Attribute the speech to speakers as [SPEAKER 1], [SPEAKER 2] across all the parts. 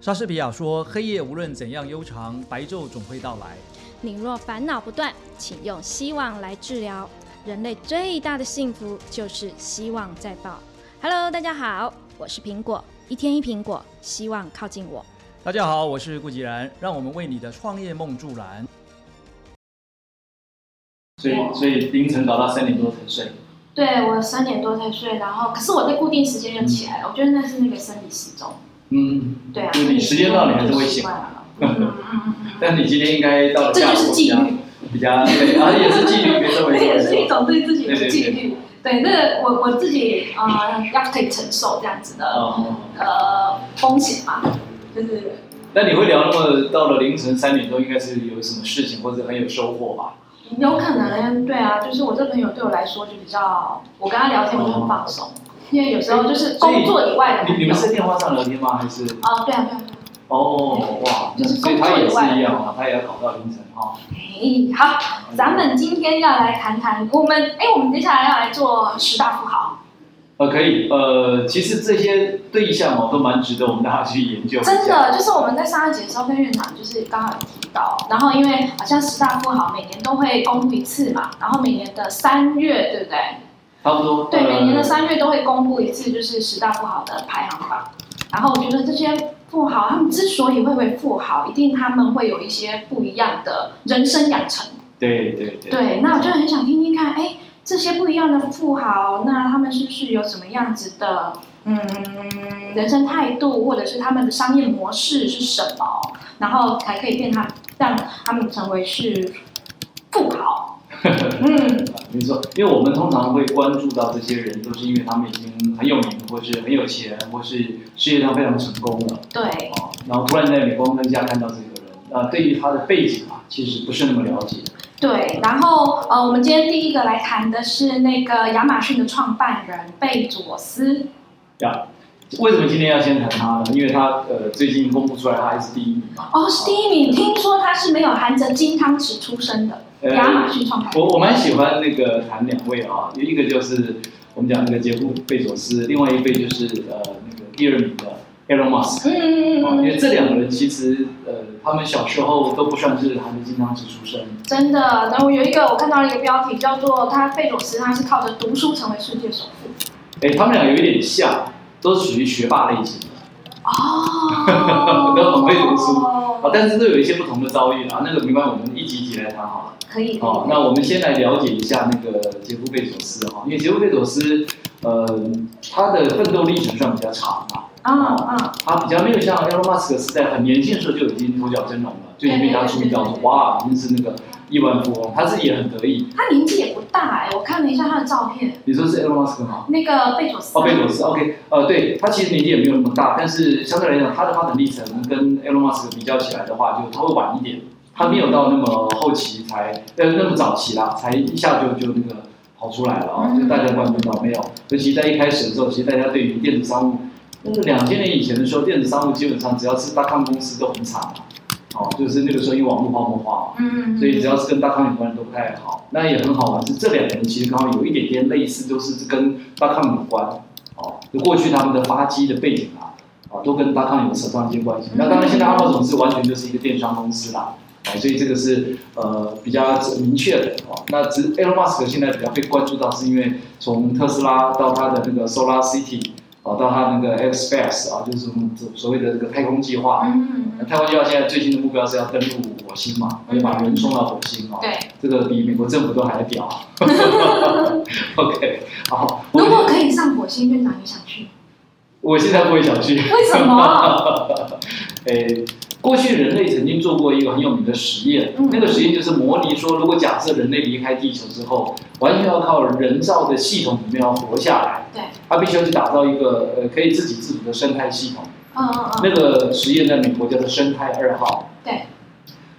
[SPEAKER 1] 莎士比亚说：“黑夜无论怎样悠长，白昼总会到来。
[SPEAKER 2] 你若烦恼不断，请用希望来治疗。人类最大的幸福就是希望在爆。Hello，大家好，我是苹果，一天一苹果，希望靠近我。”
[SPEAKER 1] 大家好，我是顾吉然，让我们为你的创业梦助燃。所以，所以凌晨搞到三点多才睡。
[SPEAKER 3] 对我三点多才睡，然后可是我在固定时间就起来了，我觉得那是那个生理时钟。
[SPEAKER 1] 嗯，
[SPEAKER 3] 对啊，
[SPEAKER 1] 就是你时间到你还是会醒
[SPEAKER 3] 习惯了。嗯嗯嗯嗯
[SPEAKER 1] 但你今天应该到了
[SPEAKER 3] 这
[SPEAKER 1] 下
[SPEAKER 3] 就是
[SPEAKER 1] 午比
[SPEAKER 3] 纪
[SPEAKER 1] 较
[SPEAKER 3] 律，
[SPEAKER 1] 比较，对， 而也是纪律，没错
[SPEAKER 3] 这
[SPEAKER 1] 没错
[SPEAKER 3] 也
[SPEAKER 1] 没
[SPEAKER 3] 是一
[SPEAKER 1] 错。
[SPEAKER 3] 种对自己
[SPEAKER 1] 对对
[SPEAKER 3] 的纪律。对，那个我我自己呃要可以承受这样子的
[SPEAKER 1] 哦，
[SPEAKER 3] 呃风险嘛，就是
[SPEAKER 1] 那你会聊那么到了凌晨三点多，应该是有什么事情或者很有收获吧？
[SPEAKER 3] 有可能，对啊，就是我这朋友对我来说就比较，我跟他聊天我就很放松，因为有时候就是工作以外的
[SPEAKER 1] 你
[SPEAKER 3] 朋
[SPEAKER 1] 哦你
[SPEAKER 3] 友
[SPEAKER 1] 们。是在电话上聊天吗？还是？
[SPEAKER 3] 啊，对啊，对啊，对啊
[SPEAKER 1] 哦，哇，那所以他也是一样啊，他也要搞到凌晨哦哈。
[SPEAKER 3] 哎，好，咱们今天要来谈谈我们，哎，我们接下来要来做十大富豪，
[SPEAKER 1] 呃，可以，呃，其实这些对象哦，都蛮值得我们大家去研究一下。
[SPEAKER 3] 真的就是我们在上一节的时候跟院长就是刚好有提到，然后因为好像十大富豪每年都会公布一次嘛，然后每年的三月，对不对？
[SPEAKER 1] 差不多。
[SPEAKER 3] 对，
[SPEAKER 1] 呃
[SPEAKER 3] 每年的三月都会公布一次，就是十大富豪的排行榜。然后我觉得这些富豪，他们之所以会为富豪，一定他们会有一些不一样的人生养成。
[SPEAKER 1] 对对对。
[SPEAKER 3] 对，那我就很想听听看，哎，这些不一样的富豪，那他们是不是有什么样子的，嗯，人生态度，或者是他们的商业模式是什么，然后才可以变他让他们成为是 富豪。嗯，
[SPEAKER 1] 没错，因为我们通常会关注到这些人，都是因为他们已经很有名，或是很有钱，或是事业上非常成功了
[SPEAKER 3] 对，
[SPEAKER 1] 啊。然后突然在镁光灯下看到这个人，啊，对于他的背景啊，其实不是那么了解。
[SPEAKER 3] 对，然后呃，我们今天第一个来谈的是那个亚马逊的创办人贝佐斯。
[SPEAKER 1] 为什么今天要先谈他呢？因为他呃最近公布出来，他还是第一名嘛。
[SPEAKER 3] 哦，是第一名，听说他是没有含着金汤匙出生的
[SPEAKER 1] 呃
[SPEAKER 3] 亚马逊创办人。
[SPEAKER 1] 我我蛮喜欢那个谈两位啊，有一个就是我们讲那个杰夫贝佐斯，另外一位就是呃那个第二名的 Elon Musk。
[SPEAKER 3] 嗯嗯
[SPEAKER 1] 啊，
[SPEAKER 3] 嗯
[SPEAKER 1] 因
[SPEAKER 3] 嗯，
[SPEAKER 1] 为这两个人其实呃，他们小时候都不算是含着金汤匙出生，
[SPEAKER 3] 真的。然后有一个我看到了一个标题叫做“他贝佐斯他是靠着读书成为世界首富
[SPEAKER 1] 哎，他们俩有一点像，都是属于学霸类型的”。，
[SPEAKER 3] 哦
[SPEAKER 1] 都很会读书啊，但是都有一些不同的遭遇啊。那个没关系，我们一集一集来谈好了。
[SPEAKER 3] 可以。可以
[SPEAKER 1] 哦，那我们先来了解一下那个杰夫贝佐斯哈，因为杰夫贝佐斯，呃，他的奋斗历程算比较长啊。
[SPEAKER 3] 嗯嗯，
[SPEAKER 1] 他比较没有像 Elon Musk 是在很年轻的时候就已经头角峥嵘了，就已经被大家注意到说哇，已经是那个亿万富翁，他自己也很得意。
[SPEAKER 3] 他年纪也不大哎，我看了一下他的照片，
[SPEAKER 1] 你说是 Elon Musk 吗？
[SPEAKER 3] 那个贝佐斯，
[SPEAKER 1] 哦，贝佐斯，OK，呃，对他其实年纪也没有那么大，但是相对来讲，他的发展历程跟 Elon Musk 比较起来的话，就他会晚一点，他没有到那么后期才，呃，那么早期啦，才一下就就那个跑出来了啊、
[SPEAKER 3] 嗯
[SPEAKER 1] 就大家关注到没有？尤其在一开始的时候，其实大家对于电子商务，那个两千年以前的时候，电子商务基本上只要是大康公司都很惨啊哦，就是那个时候因为网络泡沫化嘛，
[SPEAKER 3] 嗯，嗯，
[SPEAKER 1] 所以只
[SPEAKER 3] 嗯
[SPEAKER 1] 要是跟大康有关的都不太好。那也很好玩，是这两个人其实刚好有一点点类似，都是跟大康有关哦。就过去他们的发迹的背景啊，啊，都跟大康有扯上一些关系。那当然，现在阿茂总是完全就是一个电商公司啦。哦，所以这个是呃比较明确的哦。那只 Elon Musk 现在比较被关注到，是因为从特斯拉到他的那个 Solar City，哦，到他那个 X Space 啊，就是我们所所谓的这个太空计划，
[SPEAKER 3] 嗯
[SPEAKER 1] 那
[SPEAKER 3] 嗯，
[SPEAKER 1] 太空计划现在最新的目标是要登陆火星嘛，要把人送到火星哦。
[SPEAKER 3] 对。
[SPEAKER 1] 这个比美国政府都还屌。OK，好，
[SPEAKER 3] 如
[SPEAKER 1] 我
[SPEAKER 3] 果可以上火星，院长你想 去？
[SPEAKER 1] 我现在不会想去。
[SPEAKER 3] 为什么？
[SPEAKER 1] 诶，过去人类曾经做过一个很有名的实验，
[SPEAKER 3] 嗯
[SPEAKER 1] 那个实验就是模拟说，如果假设人类离开地球之后，完全要靠人造的系统里面要活下来，
[SPEAKER 3] 对，
[SPEAKER 1] 他啊必须要去打造一个呃可以自给自足的生态系统。
[SPEAKER 3] 嗯嗯嗯，
[SPEAKER 1] 那个实验在美国叫做生态二号。
[SPEAKER 3] 对。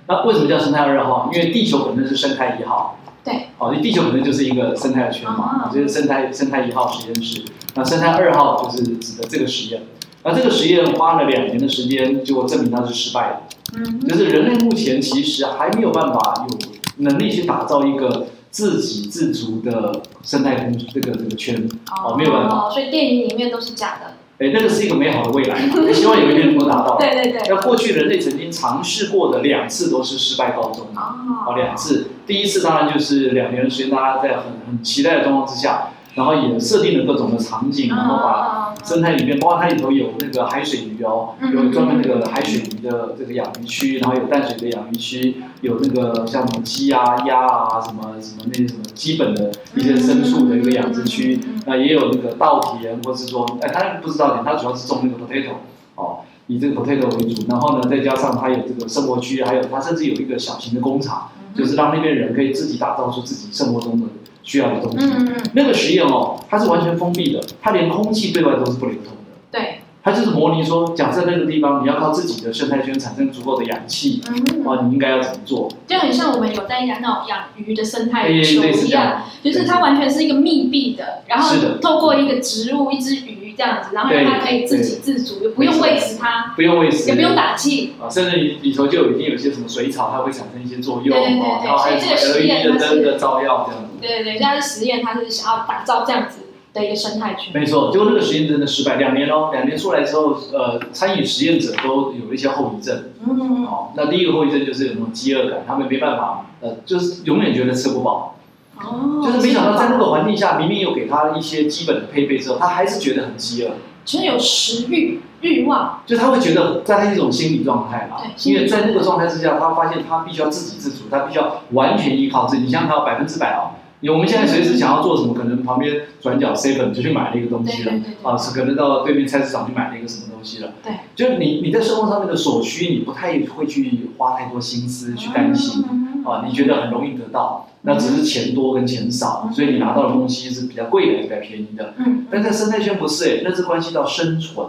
[SPEAKER 1] 那为什么叫生态二号？因为地球本身是生态一号。
[SPEAKER 3] 对。
[SPEAKER 1] 好、哦因为地球本身就是一个生态圈嘛，
[SPEAKER 3] 啊
[SPEAKER 1] 就是生态生态一号实验室。那生态二号就是指的这个实验。那这个实验花了两年的时间，结果证明它是失败的。
[SPEAKER 3] 嗯
[SPEAKER 1] 就是人类目前其实还没有办法有能力去打造一个自给自足的生态空这个这个圈。哦没有办
[SPEAKER 3] 哦，所以电影里面都是假的。
[SPEAKER 1] 哎，那个是一个美好的未来嘛，也希望有一天能够达到。
[SPEAKER 3] 对对对，
[SPEAKER 1] 那过去人类曾经尝试过的两次都是失败告终啊，
[SPEAKER 3] 哦，
[SPEAKER 1] 两次。第一次当然就是两年的时间，大家在很很期待的状况之下，然后也设定了各种的场景，然后把
[SPEAKER 3] 啊，
[SPEAKER 1] 生态里面，包括它里头有那个海水鱼哦，
[SPEAKER 3] 嗯
[SPEAKER 1] 有专门那个海水鱼的这个养鱼区，然后有淡水的养鱼区，有那个像什么鸡啊、鸭啊，什么什么那些什么基本的一些牲畜的一个养殖区，
[SPEAKER 3] 嗯，
[SPEAKER 1] 那也有那个稻田，或是说，哎，它不是稻田，它主要是种那个 potato 哦，以这个 potato 为主，然后呢，再加上它有这个生活区，还有它甚至有一个小型的工厂，
[SPEAKER 3] 嗯
[SPEAKER 1] 就是让那边人可以自己打造出自己生活中的需要的东西。
[SPEAKER 3] 嗯嗯嗯，
[SPEAKER 1] 那个实验哦，它是完全封闭的，它连空气对外都是不流通的。
[SPEAKER 3] 对，
[SPEAKER 1] 它就是模拟说，假设那个地方你要靠自己的生态圈产生足够的氧气，
[SPEAKER 3] 嗯，哎
[SPEAKER 1] 啊，你应该要怎么做？
[SPEAKER 3] 就很像我们有在养那种养鱼的生态
[SPEAKER 1] 类
[SPEAKER 3] 球
[SPEAKER 1] 哎类似
[SPEAKER 3] 一
[SPEAKER 1] 这
[SPEAKER 3] 样，
[SPEAKER 1] 样，
[SPEAKER 3] 啊就是它完全是一个密闭的，然后
[SPEAKER 1] 是的
[SPEAKER 3] 透过一个植入一只鱼这样子，然后
[SPEAKER 1] 对
[SPEAKER 3] 让它可以自给自足，也不用喂食它，
[SPEAKER 1] 不用喂食，
[SPEAKER 3] 也不用打气。
[SPEAKER 1] 啊，甚至里里头就有一定有一些什么水草，它会产生一些作用
[SPEAKER 3] 对对对
[SPEAKER 1] 啊，
[SPEAKER 3] 对
[SPEAKER 1] 然后还有什么
[SPEAKER 3] 所以这个实验
[SPEAKER 1] LED 的
[SPEAKER 3] 它是
[SPEAKER 1] 灯的照耀这样子。
[SPEAKER 3] 对对对，人家是实验，它是想要打造这样子的一个生态圈。
[SPEAKER 1] 没错，结果那个实验真的失败，两年哦，两年出来之后，呃，参与实验者都有一些后遗症
[SPEAKER 3] 嗯，
[SPEAKER 1] 哦。那第一个后遗症就是有那种饥饿感，他们没办法，呃，就是永远觉得吃不饱。
[SPEAKER 3] 哦，
[SPEAKER 1] 就是没想到在那个环境下，明明有给他一些基本的配备之后，他还是觉得很饥饿，
[SPEAKER 3] 其实有食欲欲望，
[SPEAKER 1] 就他会觉得在他一种心理状态啦
[SPEAKER 3] 对。
[SPEAKER 1] 因为在那个状态之下，他发现他必须要自给自足，他必须要完全依靠自己。你想想看，百分之百哦，你我们现在随时想要做什么，可能旁边转角 seven 就去买了一个东
[SPEAKER 3] 对
[SPEAKER 1] 西
[SPEAKER 3] 对
[SPEAKER 1] 了。
[SPEAKER 3] 对对，
[SPEAKER 1] 啊，是可能到对面菜市场去买了一个什么东西了。
[SPEAKER 3] 对，
[SPEAKER 1] 就是你你在生活上那个所需，你不太会去花太多心思去担心。
[SPEAKER 3] 嗯
[SPEAKER 1] 啊，你觉得很容易得到，那只是钱多跟钱少，所以你拿到的东西是比较贵的，比较便宜的。
[SPEAKER 3] 嗯，
[SPEAKER 1] 但在生态圈不是、欸，那是关系到生存，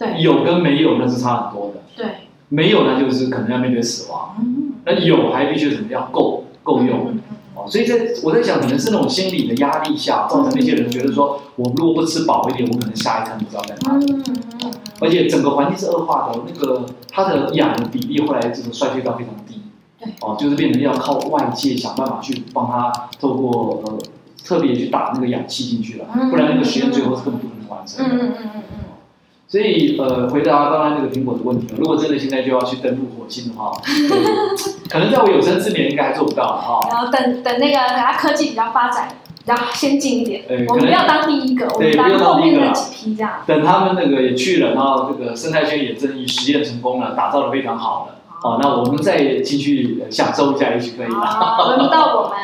[SPEAKER 3] 对
[SPEAKER 1] 有跟没有那是差很多的。
[SPEAKER 3] 对，
[SPEAKER 1] 没有那就是可能要面对死亡，
[SPEAKER 3] 嗯，
[SPEAKER 1] 那有还必须怎么样够够用。
[SPEAKER 3] 嗯，
[SPEAKER 1] 哦，所以在我在想，可能是那种心理的压力下，造成那些人觉得说，我如果不吃饱一点，我可能下一餐不知道在哪里。
[SPEAKER 3] 嗯嗯
[SPEAKER 1] 而且整个环境是恶化的，那个它的氧的比例后来这个衰退到非常低，
[SPEAKER 3] 对，
[SPEAKER 1] 哦，就是变成要靠外界想办法去帮它透过呃特别去打那个氧气进去了，
[SPEAKER 3] 嗯
[SPEAKER 1] 不然那个实验最后是根本不可能完成的。
[SPEAKER 3] 嗯嗯嗯
[SPEAKER 1] 所以呃，回答刚刚那个苹果的问题，如果真的现在就要去登陆火星的话，呃可能在我有生之年应该还做不到了哈。
[SPEAKER 3] 嗯，然后等等那个等它科技比较发展，比较先进一点，
[SPEAKER 1] 呃，
[SPEAKER 3] 我
[SPEAKER 1] 可
[SPEAKER 3] 们不要
[SPEAKER 1] 能
[SPEAKER 3] 当第一个，我
[SPEAKER 1] 对
[SPEAKER 3] 们
[SPEAKER 1] 不要当
[SPEAKER 3] 后
[SPEAKER 1] 第一个
[SPEAKER 3] 面那
[SPEAKER 1] 啦
[SPEAKER 3] 几批这样。
[SPEAKER 1] 等他们那个也去了，然后这个生态圈也真以实验成功了，打造的非常好了。哦，那我们再进去呃享受一下，也许可以了。
[SPEAKER 3] 啊，轮不到我们。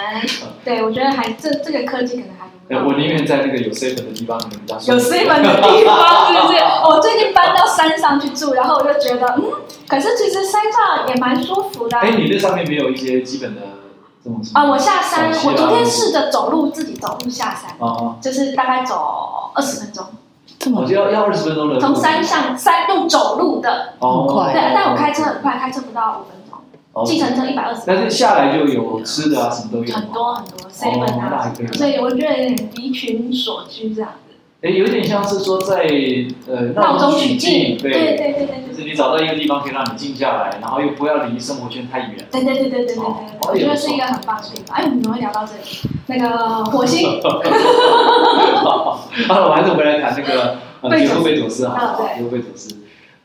[SPEAKER 3] 对，我觉得还这这个科技可能还
[SPEAKER 1] 对，哎
[SPEAKER 3] 轮不
[SPEAKER 1] 呃我啊
[SPEAKER 3] 到。
[SPEAKER 1] 宁愿在那个有 seven 的地方，可能比较舒服
[SPEAKER 3] 有 seven 的 地方是不是？我最近搬到山上去住，然后我就觉得，嗯，可是其实山上也蛮舒服的啊。
[SPEAKER 1] 哎，你那上面没有一些基本的这种什么
[SPEAKER 3] 啊，我下山，
[SPEAKER 1] 小溪啊
[SPEAKER 3] 我昨天试着走路，自己走路下山，
[SPEAKER 1] 啊，
[SPEAKER 3] 就是大概走二十分钟，
[SPEAKER 4] 这么
[SPEAKER 1] 我就要要二十分钟的路
[SPEAKER 3] 从山上山用走路的，
[SPEAKER 1] 哦，
[SPEAKER 4] 很快
[SPEAKER 3] 对，但我开车很快，开车不到五分钟，
[SPEAKER 1] 哦
[SPEAKER 3] 计程车一百二十，
[SPEAKER 1] 但是下来就有吃的啊，什么都有。
[SPEAKER 3] 很多很多 seven
[SPEAKER 1] 哦那还
[SPEAKER 3] 啊
[SPEAKER 1] 可以，
[SPEAKER 3] 所以我觉得有点离群所居这样子。
[SPEAKER 1] 哎，有点像是说在呃
[SPEAKER 3] 闹
[SPEAKER 1] 中
[SPEAKER 3] 中取
[SPEAKER 1] 静，
[SPEAKER 3] 静，对
[SPEAKER 1] 对，
[SPEAKER 3] 对对对
[SPEAKER 1] 就
[SPEAKER 3] 对
[SPEAKER 1] 是你找到一个地方可以让你静下来，然后又不要离生活圈太远。
[SPEAKER 3] 对对对对对对
[SPEAKER 1] 哦
[SPEAKER 3] 对，我觉得是一个很棒的地方。哎，我们怎么会聊到这里？那个 火星，
[SPEAKER 1] 好了，我还是回来谈那个呃，
[SPEAKER 3] 贝
[SPEAKER 1] 杰
[SPEAKER 3] 佐
[SPEAKER 1] 夫
[SPEAKER 3] 斯
[SPEAKER 1] ·贝佐斯哈
[SPEAKER 3] 啊，对
[SPEAKER 1] 杰夫·贝佐斯。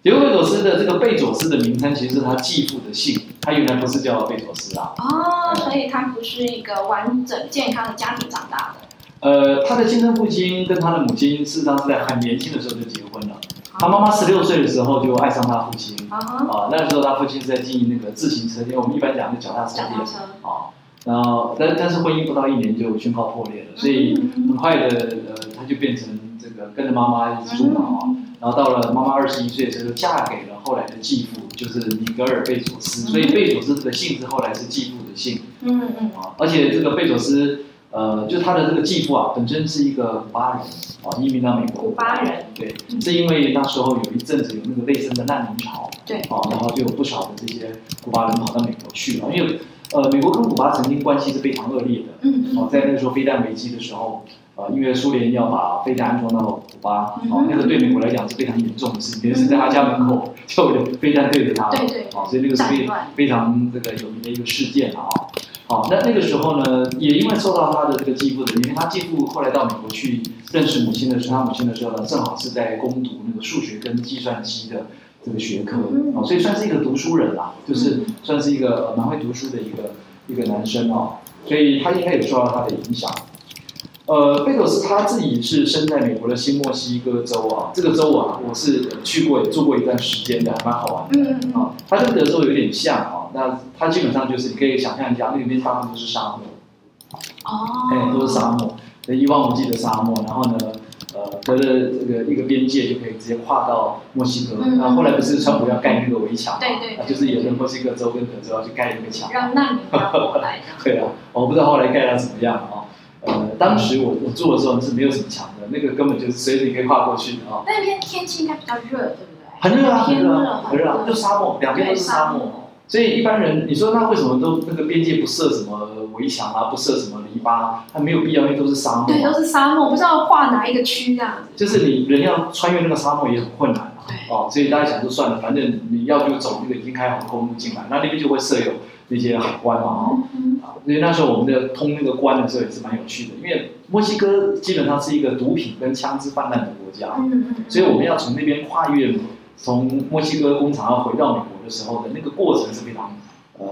[SPEAKER 1] 杰夫·贝佐斯的这个贝佐斯的名称其实是他继父的姓，他原来不是叫贝佐斯啊。
[SPEAKER 3] 哦，所以他不是一个完整健康的家庭长大的。
[SPEAKER 1] 呃，他的亲生父亲跟他的母亲事实上是在很年轻的时候就结婚
[SPEAKER 3] 哦
[SPEAKER 1] 了。他妈妈十六岁的时候就爱上他父亲
[SPEAKER 3] 啊哈，
[SPEAKER 1] 啊，那时候他父亲是在经营那个自行车店，我们一般讲的脚踏车
[SPEAKER 3] 脚
[SPEAKER 1] 店
[SPEAKER 3] 踏车，
[SPEAKER 1] 啊。然后，但但是婚姻不到一年就宣告破裂了，所
[SPEAKER 3] 嗯
[SPEAKER 1] 以很快的呃，他就变成这个跟着妈妈一起
[SPEAKER 3] 嗯
[SPEAKER 1] 住嘛啊。然后到了妈妈二十一岁的时候，就嫁给了后来的继父，就是米格尔贝佐斯。
[SPEAKER 3] 嗯
[SPEAKER 1] 所以贝佐斯的姓是后来是继父的姓
[SPEAKER 3] 嗯嗯
[SPEAKER 1] 啊。而且这个贝佐斯，呃，就他的这个继父啊，本身是一个古巴人啊，移民到美国。
[SPEAKER 3] 古巴人。
[SPEAKER 1] 对，
[SPEAKER 3] 嗯
[SPEAKER 1] 是因为那时候有一阵子有那个类似的难民潮。
[SPEAKER 3] 对
[SPEAKER 1] 啊，然后就有不少的这些古巴人跑到美国去了，因为呃，美国跟古巴曾经关系是非常恶劣的。
[SPEAKER 3] 嗯
[SPEAKER 1] 哦
[SPEAKER 3] 嗯，
[SPEAKER 1] 在那个时候飞弹危机的时候，呃，因为苏联要把飞弹安装到古巴，
[SPEAKER 3] 嗯
[SPEAKER 1] 哦，那个对美国来讲是非常严重的事情，尤其是在他家门口就有飞弹对着他，
[SPEAKER 3] 对对，
[SPEAKER 1] 哦，所以那个是
[SPEAKER 3] 战
[SPEAKER 1] 非
[SPEAKER 3] 乱，
[SPEAKER 1] 非常这个有名的一个事件啊。好，那那个时候呢，也因为受到他的这个继父的因为他继父后来到美国去认识母亲的时候，他母亲的时候呢，正好是在攻读那个数学跟计算机的这个学科，
[SPEAKER 3] 嗯
[SPEAKER 1] 哦，所以算是一个读书人啦，就是算是一个呃蛮会读书的一个一个男生哦，所以他应该也受到他的影响。呃，贝佐斯他自己是生在美国的新墨西哥州啊，这个州啊，我是呃去过也住过一段时间的，还蛮好玩的。
[SPEAKER 3] 嗯嗯嗯，
[SPEAKER 1] 啊，它跟德州有点像啊、那它基本上就是你可以想象一下，那里面大部分都是沙漠，
[SPEAKER 3] 哦，
[SPEAKER 1] 哎、都是沙漠，那一望无际的沙漠，然后呢，呃，隔着这个一个边界就可以直接跨到墨西哥，
[SPEAKER 3] 嗯
[SPEAKER 1] 那、后来不是川普要盖那个围墙嘛，
[SPEAKER 3] 对对对
[SPEAKER 1] 那就是有的墨西哥州跟德州要去盖那个墙，
[SPEAKER 3] 让难民要过来 的，
[SPEAKER 1] 对啊，我不知道后来盖到怎么样啊、呃，当时我我住的时候是没有什么墙的，那个根本就是随时你可以跨过去的啊、
[SPEAKER 3] 那边天气应该比较热，对不对？
[SPEAKER 1] 很热啊，很
[SPEAKER 3] 天
[SPEAKER 1] 热
[SPEAKER 3] 热
[SPEAKER 1] 啊，很热啊，就沙漠，两边都是沙漠。所以一般人，你说那为什么都那个边界不设什么围墙啊，不设什么篱笆、啊，它没有必要，因为都是沙漠
[SPEAKER 3] 对，
[SPEAKER 1] 啊、
[SPEAKER 3] 都是沙漠，不知道画哪一个区这样子。
[SPEAKER 1] 就是你人要穿越那个沙漠也很困难啊。
[SPEAKER 3] 对
[SPEAKER 1] 哦，所以大家想说算了，反正你要就走那个已经开好的公路进来，那那边就会设有那些海关嘛、哦。
[SPEAKER 3] 嗯
[SPEAKER 1] 啊，所以那时候我们的通那个关的时候也是蛮有趣的，因为墨西哥基本上是一个毒品跟枪支泛滥的国家，
[SPEAKER 3] 嗯嗯，
[SPEAKER 1] 所以我们要从那边跨越，从墨西哥工厂要回到美国的时候的那个过程是非常呃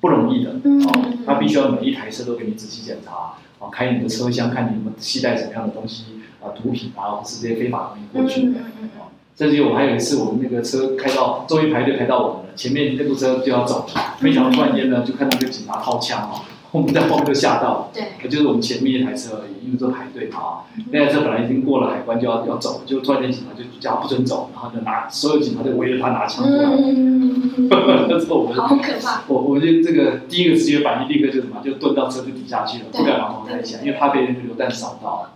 [SPEAKER 1] 不容易的。
[SPEAKER 3] 嗯
[SPEAKER 1] 哦，他必须要每一台车都给你仔细检查，哦，开你的车厢，看你有没有携带什么样的东西啊，毒品啊，或是这些非法的东西过去。
[SPEAKER 3] 嗯嗯嗯
[SPEAKER 1] 甚至我还有一次，我们那个车开到，终于排队排到我们了，前面那部车就要走了，没
[SPEAKER 3] 嗯
[SPEAKER 1] 想到突然间呢，就看到一个警察掏枪哦，我们在后面就吓到了，
[SPEAKER 3] 嗯，对，
[SPEAKER 1] 就是我们前面一台车而已，因为都排队嘛啊，那台车本来已经过了海关就要要走了，就突然间警察就叫他不准走，然后就拿所有警察就围着他拿枪过 来，
[SPEAKER 3] 嗯嗯嗯，
[SPEAKER 1] 那时候我们
[SPEAKER 3] 好可怕。
[SPEAKER 1] 我我就这个第一个直觉反应，立刻就什么，就蹲到车子底下去了，
[SPEAKER 3] 对
[SPEAKER 1] 不敢把头抬起来，因为怕被流弹扫到了。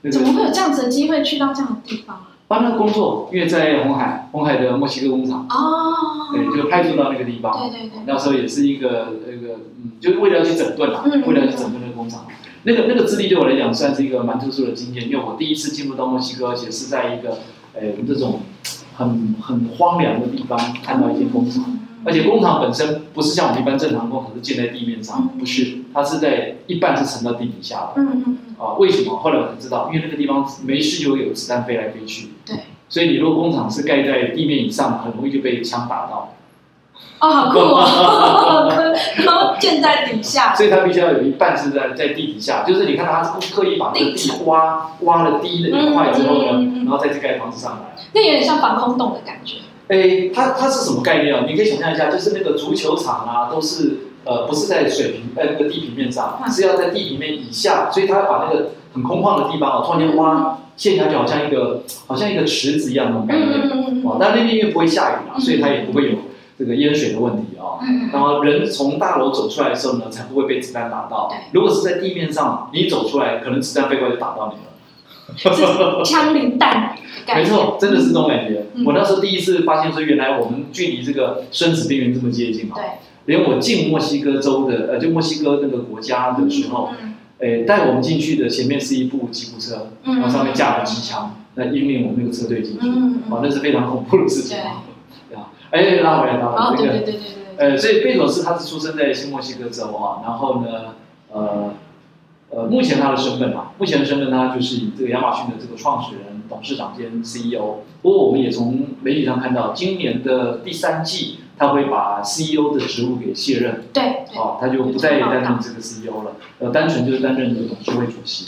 [SPEAKER 1] 那
[SPEAKER 3] 怎
[SPEAKER 1] 个
[SPEAKER 3] 么会有这样子的机会去到这样的地方啊？
[SPEAKER 1] 帮他工作，因为在红海，红海的墨西哥工厂，
[SPEAKER 3] 哦，
[SPEAKER 1] 对，就派驻到那个地方。
[SPEAKER 3] 对对对，
[SPEAKER 1] 那时候也是一个那个，嗯，就是为了要去整顿啊，
[SPEAKER 3] 嗯
[SPEAKER 1] 为了要去整顿那个工厂。那个那个资历对我来讲算是一个蛮特殊的经验，因为我第一次进入到墨西哥，而且是在一个，呃，我们这种很很荒凉的地方看到一间工厂。
[SPEAKER 3] 嗯
[SPEAKER 1] 而且工厂本身不是像我们一般正常工厂是建在地面上，
[SPEAKER 3] 嗯
[SPEAKER 1] 不是，它是在一半是沉到地底下的。
[SPEAKER 3] 嗯嗯嗯，
[SPEAKER 1] 啊，为什么？后来我才知道，因为那个地方没事就会有子弹飞来飞去，
[SPEAKER 3] 对，
[SPEAKER 1] 所以你如果工厂是盖在地面以上，很容易就被枪打到，
[SPEAKER 3] 哦，好酷哦，然后建在底下，
[SPEAKER 1] 所以它必须要有一半是在在地底下，就是你看它刻意把那个地挖挖了低的一块之后呢，
[SPEAKER 3] 嗯嗯嗯嗯
[SPEAKER 1] 然后再去盖房子上来。
[SPEAKER 3] 那有点像防空洞的感觉。
[SPEAKER 1] 诶，它它是什么概念啊？你可以想象一下，就是那个足球场啊，都是呃不是在水平呃那个地平面上，
[SPEAKER 3] 嗯
[SPEAKER 1] 是要在地平面以下，所以它把那个很空旷的地方啊，突然间挖陷下去，好像一个好像一个池子一样那种
[SPEAKER 3] 嗯
[SPEAKER 1] 感觉。
[SPEAKER 3] 嗯嗯
[SPEAKER 1] 哦，但那边因为不会下雨啊，
[SPEAKER 3] 嗯
[SPEAKER 1] 所以它也不会有这个淹水的问题啊。
[SPEAKER 3] 嗯
[SPEAKER 1] 然后人从大楼走出来的时候呢，才不会被子弹打到
[SPEAKER 3] 对。
[SPEAKER 1] 如果是在地面上，你一走出来，可能子弹飞过来就打到你了。
[SPEAKER 3] 嗯，枪林弹雨，
[SPEAKER 1] 没错，真的是这种感觉。
[SPEAKER 3] 嗯
[SPEAKER 1] 我那时候第一次发现说，原来我们距离这个生死边缘这么接近啊！
[SPEAKER 3] 对，
[SPEAKER 1] 连我进墨西哥州的，呃，就墨西哥那个国家的时
[SPEAKER 3] 嗯
[SPEAKER 1] 候，，诶、带我们进去的前面是一部吉普车，然后上面架了机枪，那引领我们那个车队进去，
[SPEAKER 3] 嗯嗯
[SPEAKER 1] 哦，那是非常恐怖的事情啊！对啊，哎，拉回来，拉回来，
[SPEAKER 3] 哦，
[SPEAKER 1] 那
[SPEAKER 3] 对
[SPEAKER 1] 个
[SPEAKER 3] 对对对对对，
[SPEAKER 1] 呃，所以贝佐斯他是出生在新墨西哥州啊，然后呢，呃，呃，目前他的身份啊，目前的身份呢，就是以这个亚马逊的这个创始人、董事长兼 CEO。不过我们也从媒体上看到，今年的第三季他会把 CEO 的职务给卸任，
[SPEAKER 3] 对对，
[SPEAKER 1] 哦，他就不再担任这个 CEO 了，呃，单纯就是担任这个董事会主席。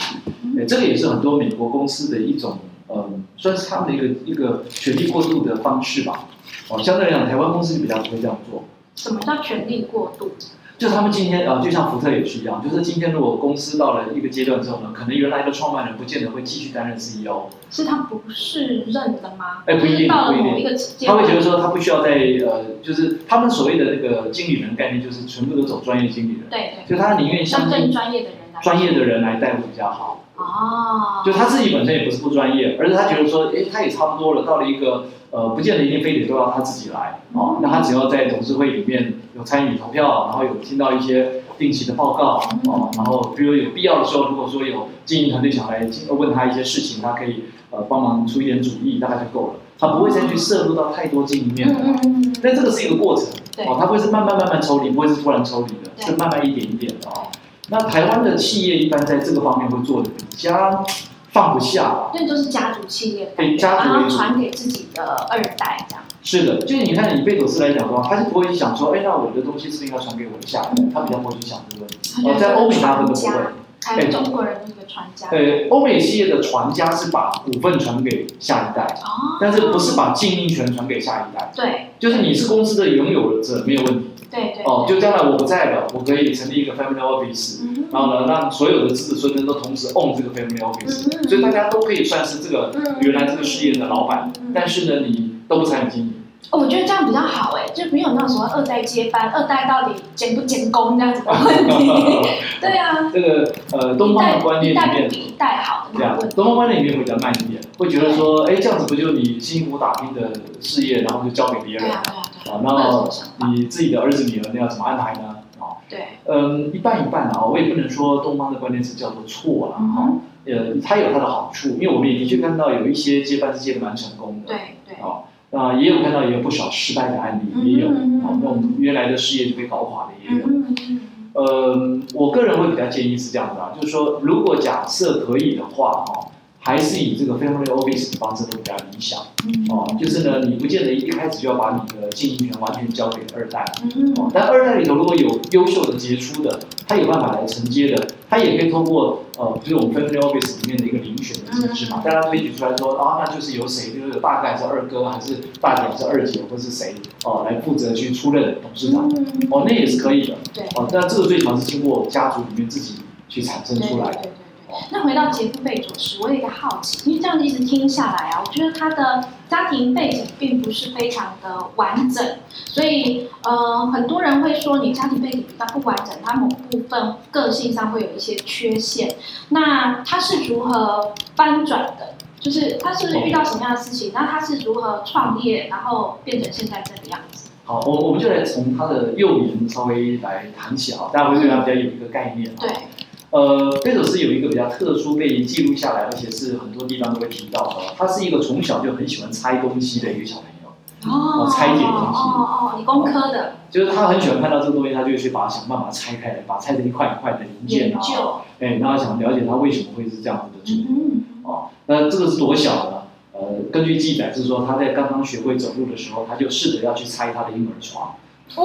[SPEAKER 1] 呃，这个也是很多美国公司的一种，呃，算是他们的一个一个权力过度的方式吧。哦，相对来讲，台湾公司就比较不会这样做。
[SPEAKER 3] 什么叫权力过度？
[SPEAKER 1] 就他们今天啊、呃就像福特也是一样，就是今天如果公司到了一个阶段之后呢，可能原来的创办人不见得会继续担任 E CEO，
[SPEAKER 3] 是他不是认的吗？
[SPEAKER 1] 哎不一定
[SPEAKER 3] 就是到
[SPEAKER 1] 不一
[SPEAKER 3] 了
[SPEAKER 1] 定
[SPEAKER 3] 某一个阶
[SPEAKER 1] 他
[SPEAKER 3] 段，
[SPEAKER 1] 会觉得说他不需要再呃，就是他们所谓的那个经理人概念，就是全部都走专业经理人，
[SPEAKER 3] 对
[SPEAKER 1] 就他宁愿
[SPEAKER 3] 对，
[SPEAKER 1] 相
[SPEAKER 3] 像更
[SPEAKER 1] 信
[SPEAKER 3] 专业的人来，
[SPEAKER 1] 专业的人来带会比较好。
[SPEAKER 3] 哦，
[SPEAKER 1] 就他自己本身也不是不专业，而且他觉得说，哎诶，他也差不多了，到了一个呃，不见得一定非得都要他自己来哦。那他只要在董事会里面有参与投票，然后有听到一些定期的报告哦，然后比如有必要的时候，如果说有经营团队想来问他一些事情，他可以呃帮忙出一点主意，大概就够了。他不会再去摄入到太多这一面
[SPEAKER 3] 嗯
[SPEAKER 1] 的
[SPEAKER 3] 嗯
[SPEAKER 1] 啦。
[SPEAKER 3] 嗯嗯，
[SPEAKER 1] 但这个是一个过程，
[SPEAKER 3] 对
[SPEAKER 1] 哦，它会是慢慢慢慢抽离，不会是突然抽离的，
[SPEAKER 3] 对
[SPEAKER 1] 是慢慢一点一点的哦。那台湾的企业一般在这个方面会做的比较放不下吧？
[SPEAKER 3] 因为都是家族企业，
[SPEAKER 1] 对家族
[SPEAKER 3] 然
[SPEAKER 1] 为
[SPEAKER 3] 后
[SPEAKER 1] 主。
[SPEAKER 3] 传给自己的二代这样。
[SPEAKER 1] 是的，就是你看以贝佐斯来讲的话，他是不会去想说，哎，那我的东西是不是应该传给我的下一代？他比较不会去想这个问
[SPEAKER 3] 嗯
[SPEAKER 1] 题。哦，在欧美大部分都不会。
[SPEAKER 3] 还有中国人就是个传家，
[SPEAKER 1] 呃，欧美企业的传家是把股份传给下一代，
[SPEAKER 3] 哦，
[SPEAKER 1] 但是不是把经营权传给下一代？
[SPEAKER 3] 对
[SPEAKER 1] 就是你是公司的拥有者，没有问题。
[SPEAKER 3] 对对
[SPEAKER 1] 哦，就将来我不在了，我可以成立一个 family office，
[SPEAKER 3] 嗯
[SPEAKER 1] 然后呢，让所有的子子孙孙都同时 own 这个 family office，所以大家都可以算是这个
[SPEAKER 3] 嗯
[SPEAKER 1] 原来这个事业的老板，
[SPEAKER 3] 嗯
[SPEAKER 1] 但是呢，你都不参与经营。
[SPEAKER 3] 哦，我觉得这样比较好哎，就没有那种什么二代接班，二代到底兼不兼工这样子的问题。 对啊，
[SPEAKER 1] 这个呃， 东
[SPEAKER 3] 一
[SPEAKER 1] 方
[SPEAKER 3] 代
[SPEAKER 1] 的观念
[SPEAKER 3] 一
[SPEAKER 1] 里
[SPEAKER 3] 代
[SPEAKER 1] 面
[SPEAKER 3] 不。比一代好的
[SPEAKER 1] 这样
[SPEAKER 3] 那种问，题。
[SPEAKER 1] 东方观念里面会比较慢一点，会觉得说，
[SPEAKER 3] 嗯
[SPEAKER 1] 哎，这样子不就你辛苦打拼的事业，然后就交给别人
[SPEAKER 3] 对啊
[SPEAKER 1] 了？
[SPEAKER 3] 对啊对
[SPEAKER 1] 啊
[SPEAKER 3] 啊，，
[SPEAKER 1] 那
[SPEAKER 3] 会有这种想法。
[SPEAKER 1] 你自己的儿子女儿你要怎么安排呢？啊，
[SPEAKER 3] 对，
[SPEAKER 1] 嗯，一半一半啊，我也不能说东方的观念是叫做错了
[SPEAKER 3] 嗯
[SPEAKER 1] 哈、
[SPEAKER 3] 哼，
[SPEAKER 1] 呃，它有它的好处，因为我们也的确看到有一些接班是接的蛮成功的，
[SPEAKER 3] 对对，
[SPEAKER 1] 啊，那也有看到也有不少失败的案例，也有，
[SPEAKER 3] 嗯嗯嗯
[SPEAKER 1] 啊，那我们原来的事业就被搞垮的也有。
[SPEAKER 3] 嗯嗯
[SPEAKER 1] 呃，我个人会比较建议是这样的啊，就是说，如果假设可以的话，哈、还是以这个 family office 的方式会比较理想
[SPEAKER 3] 嗯
[SPEAKER 1] 哦，就是呢，你不见得一开始就要把你的经营权完全交给二代，
[SPEAKER 3] 嗯
[SPEAKER 1] 哦，但二代里头如果有优秀的、杰出的，他有办法来承接的，他也可以通过呃，就是我们 family office 里面的一个遴选的机
[SPEAKER 3] 嗯
[SPEAKER 1] 制嘛，大家推举出来说啊，那就是由谁，就是有大概是二哥还是大姐还是二姐，或是谁哦、来负责去出任董事长，
[SPEAKER 3] 嗯，
[SPEAKER 1] 哦，那也是可以的，
[SPEAKER 3] 对。
[SPEAKER 1] 哦，那这个最常是经过家族里面自己去产生
[SPEAKER 3] 对
[SPEAKER 1] 出
[SPEAKER 3] 对
[SPEAKER 1] 来
[SPEAKER 3] 对
[SPEAKER 1] 的，
[SPEAKER 3] 对对。那回到杰夫贝佐斯，我有一个好奇，因为这样子一直听下来啊，我觉得他的家庭背景并不是非常的完整，所以呃，很多人会说你家庭背景比较不完整，他某部分个性上会有一些缺陷。那他是如何翻转的？就是他是遇到什么样的事情？那他是如何创业，然后变成现在这个样子？
[SPEAKER 1] 好，我我们就来从他的幼年稍微来谈起啊，大家会对他比较有一个概念啊。
[SPEAKER 3] 对，
[SPEAKER 1] 呃，贝佐斯有一个比较特殊被记录下来，而且是很多地方都会提到的。他是一个从小就很喜欢拆东西的一个小朋友，
[SPEAKER 3] 哦
[SPEAKER 1] 拆解东西
[SPEAKER 3] 哦哦，理工科的
[SPEAKER 1] 就是他很喜欢看到这个东西，他就会去把它想办法拆开来，把它拆成一块一块的零件
[SPEAKER 3] 研
[SPEAKER 1] 啊，
[SPEAKER 3] 究，
[SPEAKER 1] 哎，然后想了解它为什么会是这样子的组合
[SPEAKER 3] 嗯
[SPEAKER 1] 哦。那这个是多小呢？呃，根据记载是说他在刚刚学会走路的时候，他就试着要去拆他的婴儿床，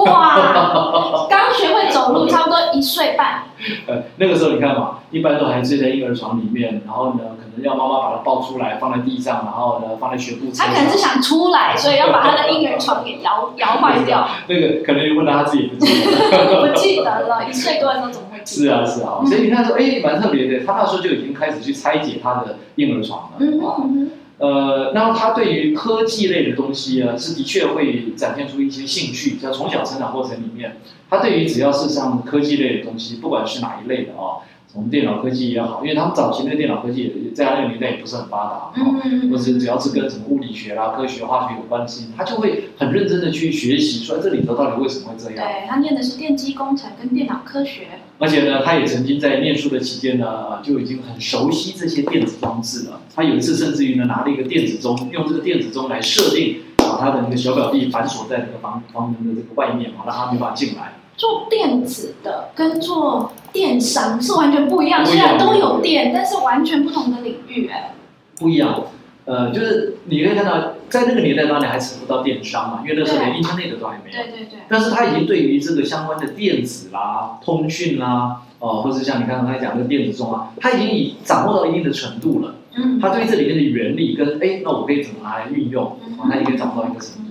[SPEAKER 3] 哇，刚学会走路，差不多一岁半。
[SPEAKER 1] 呃，那个时候你看嘛，一般都还睡在婴儿床里面，然后呢，可能要妈妈把它抱出来放在地上，然后呢放在学步车
[SPEAKER 3] 他
[SPEAKER 1] 上。
[SPEAKER 3] 可能是想出来，所以要把他的婴儿床给摇摇坏 掉。
[SPEAKER 1] 那个可能问到他自己也不知道。
[SPEAKER 3] 我不记得了，一岁多的时候怎么会记
[SPEAKER 1] 是
[SPEAKER 3] 得？
[SPEAKER 1] 啊，是啊，所以你看说，哎，蛮特别的。他那时候就已经开始去拆解他的婴儿床了。
[SPEAKER 3] 嗯
[SPEAKER 1] 哦
[SPEAKER 3] 嗯
[SPEAKER 1] 呃，然后他对于科技类的东西啊，是的确会展现出一些兴趣。像从小成长过程里面，他对于只要是像科技类的东西，不管是哪一类的啊，从电脑科技也好，因为他们早期那电脑科技也在他那个年代也不是很发达，哦，
[SPEAKER 3] 嗯
[SPEAKER 1] 或
[SPEAKER 3] 嗯
[SPEAKER 1] 是只要是跟什么物理学啦、科学、化学有关的事情，他就会很认真的去学习，说这里头到底为什么会这样。
[SPEAKER 3] 对他念的是电机工程跟电脑科学。
[SPEAKER 1] 而且呢，他也曾经在念书的期间呢，呃就已经很熟悉这些电子装置了。他有一次甚至于呢，拿了一个电子钟，用这个电子钟来设定，把他的那个小表弟反锁在那个房房门的这个外面嘛，让他没办法进来。
[SPEAKER 3] 做电子的跟做电商是完全不一样，
[SPEAKER 1] 不一
[SPEAKER 3] 虽
[SPEAKER 1] 样
[SPEAKER 3] 然都有电，但是完全不同的领域。哎，
[SPEAKER 1] 不一样，呃，就是你可以看到，在那个年代当然还扯不到电商嘛，因为那时候连 Internet 都还没有。
[SPEAKER 3] 对对对，
[SPEAKER 1] 但是他已经对于这个相关的电子啦、通讯啦，哦、或者像你刚才讲的电子钟啊，他已经已掌握到一定的程度了。
[SPEAKER 3] 嗯，
[SPEAKER 1] 他对于这里面的原理跟哎，那我可以怎么拿来运用，
[SPEAKER 3] 嗯
[SPEAKER 1] 哦他已经掌握到一个程度。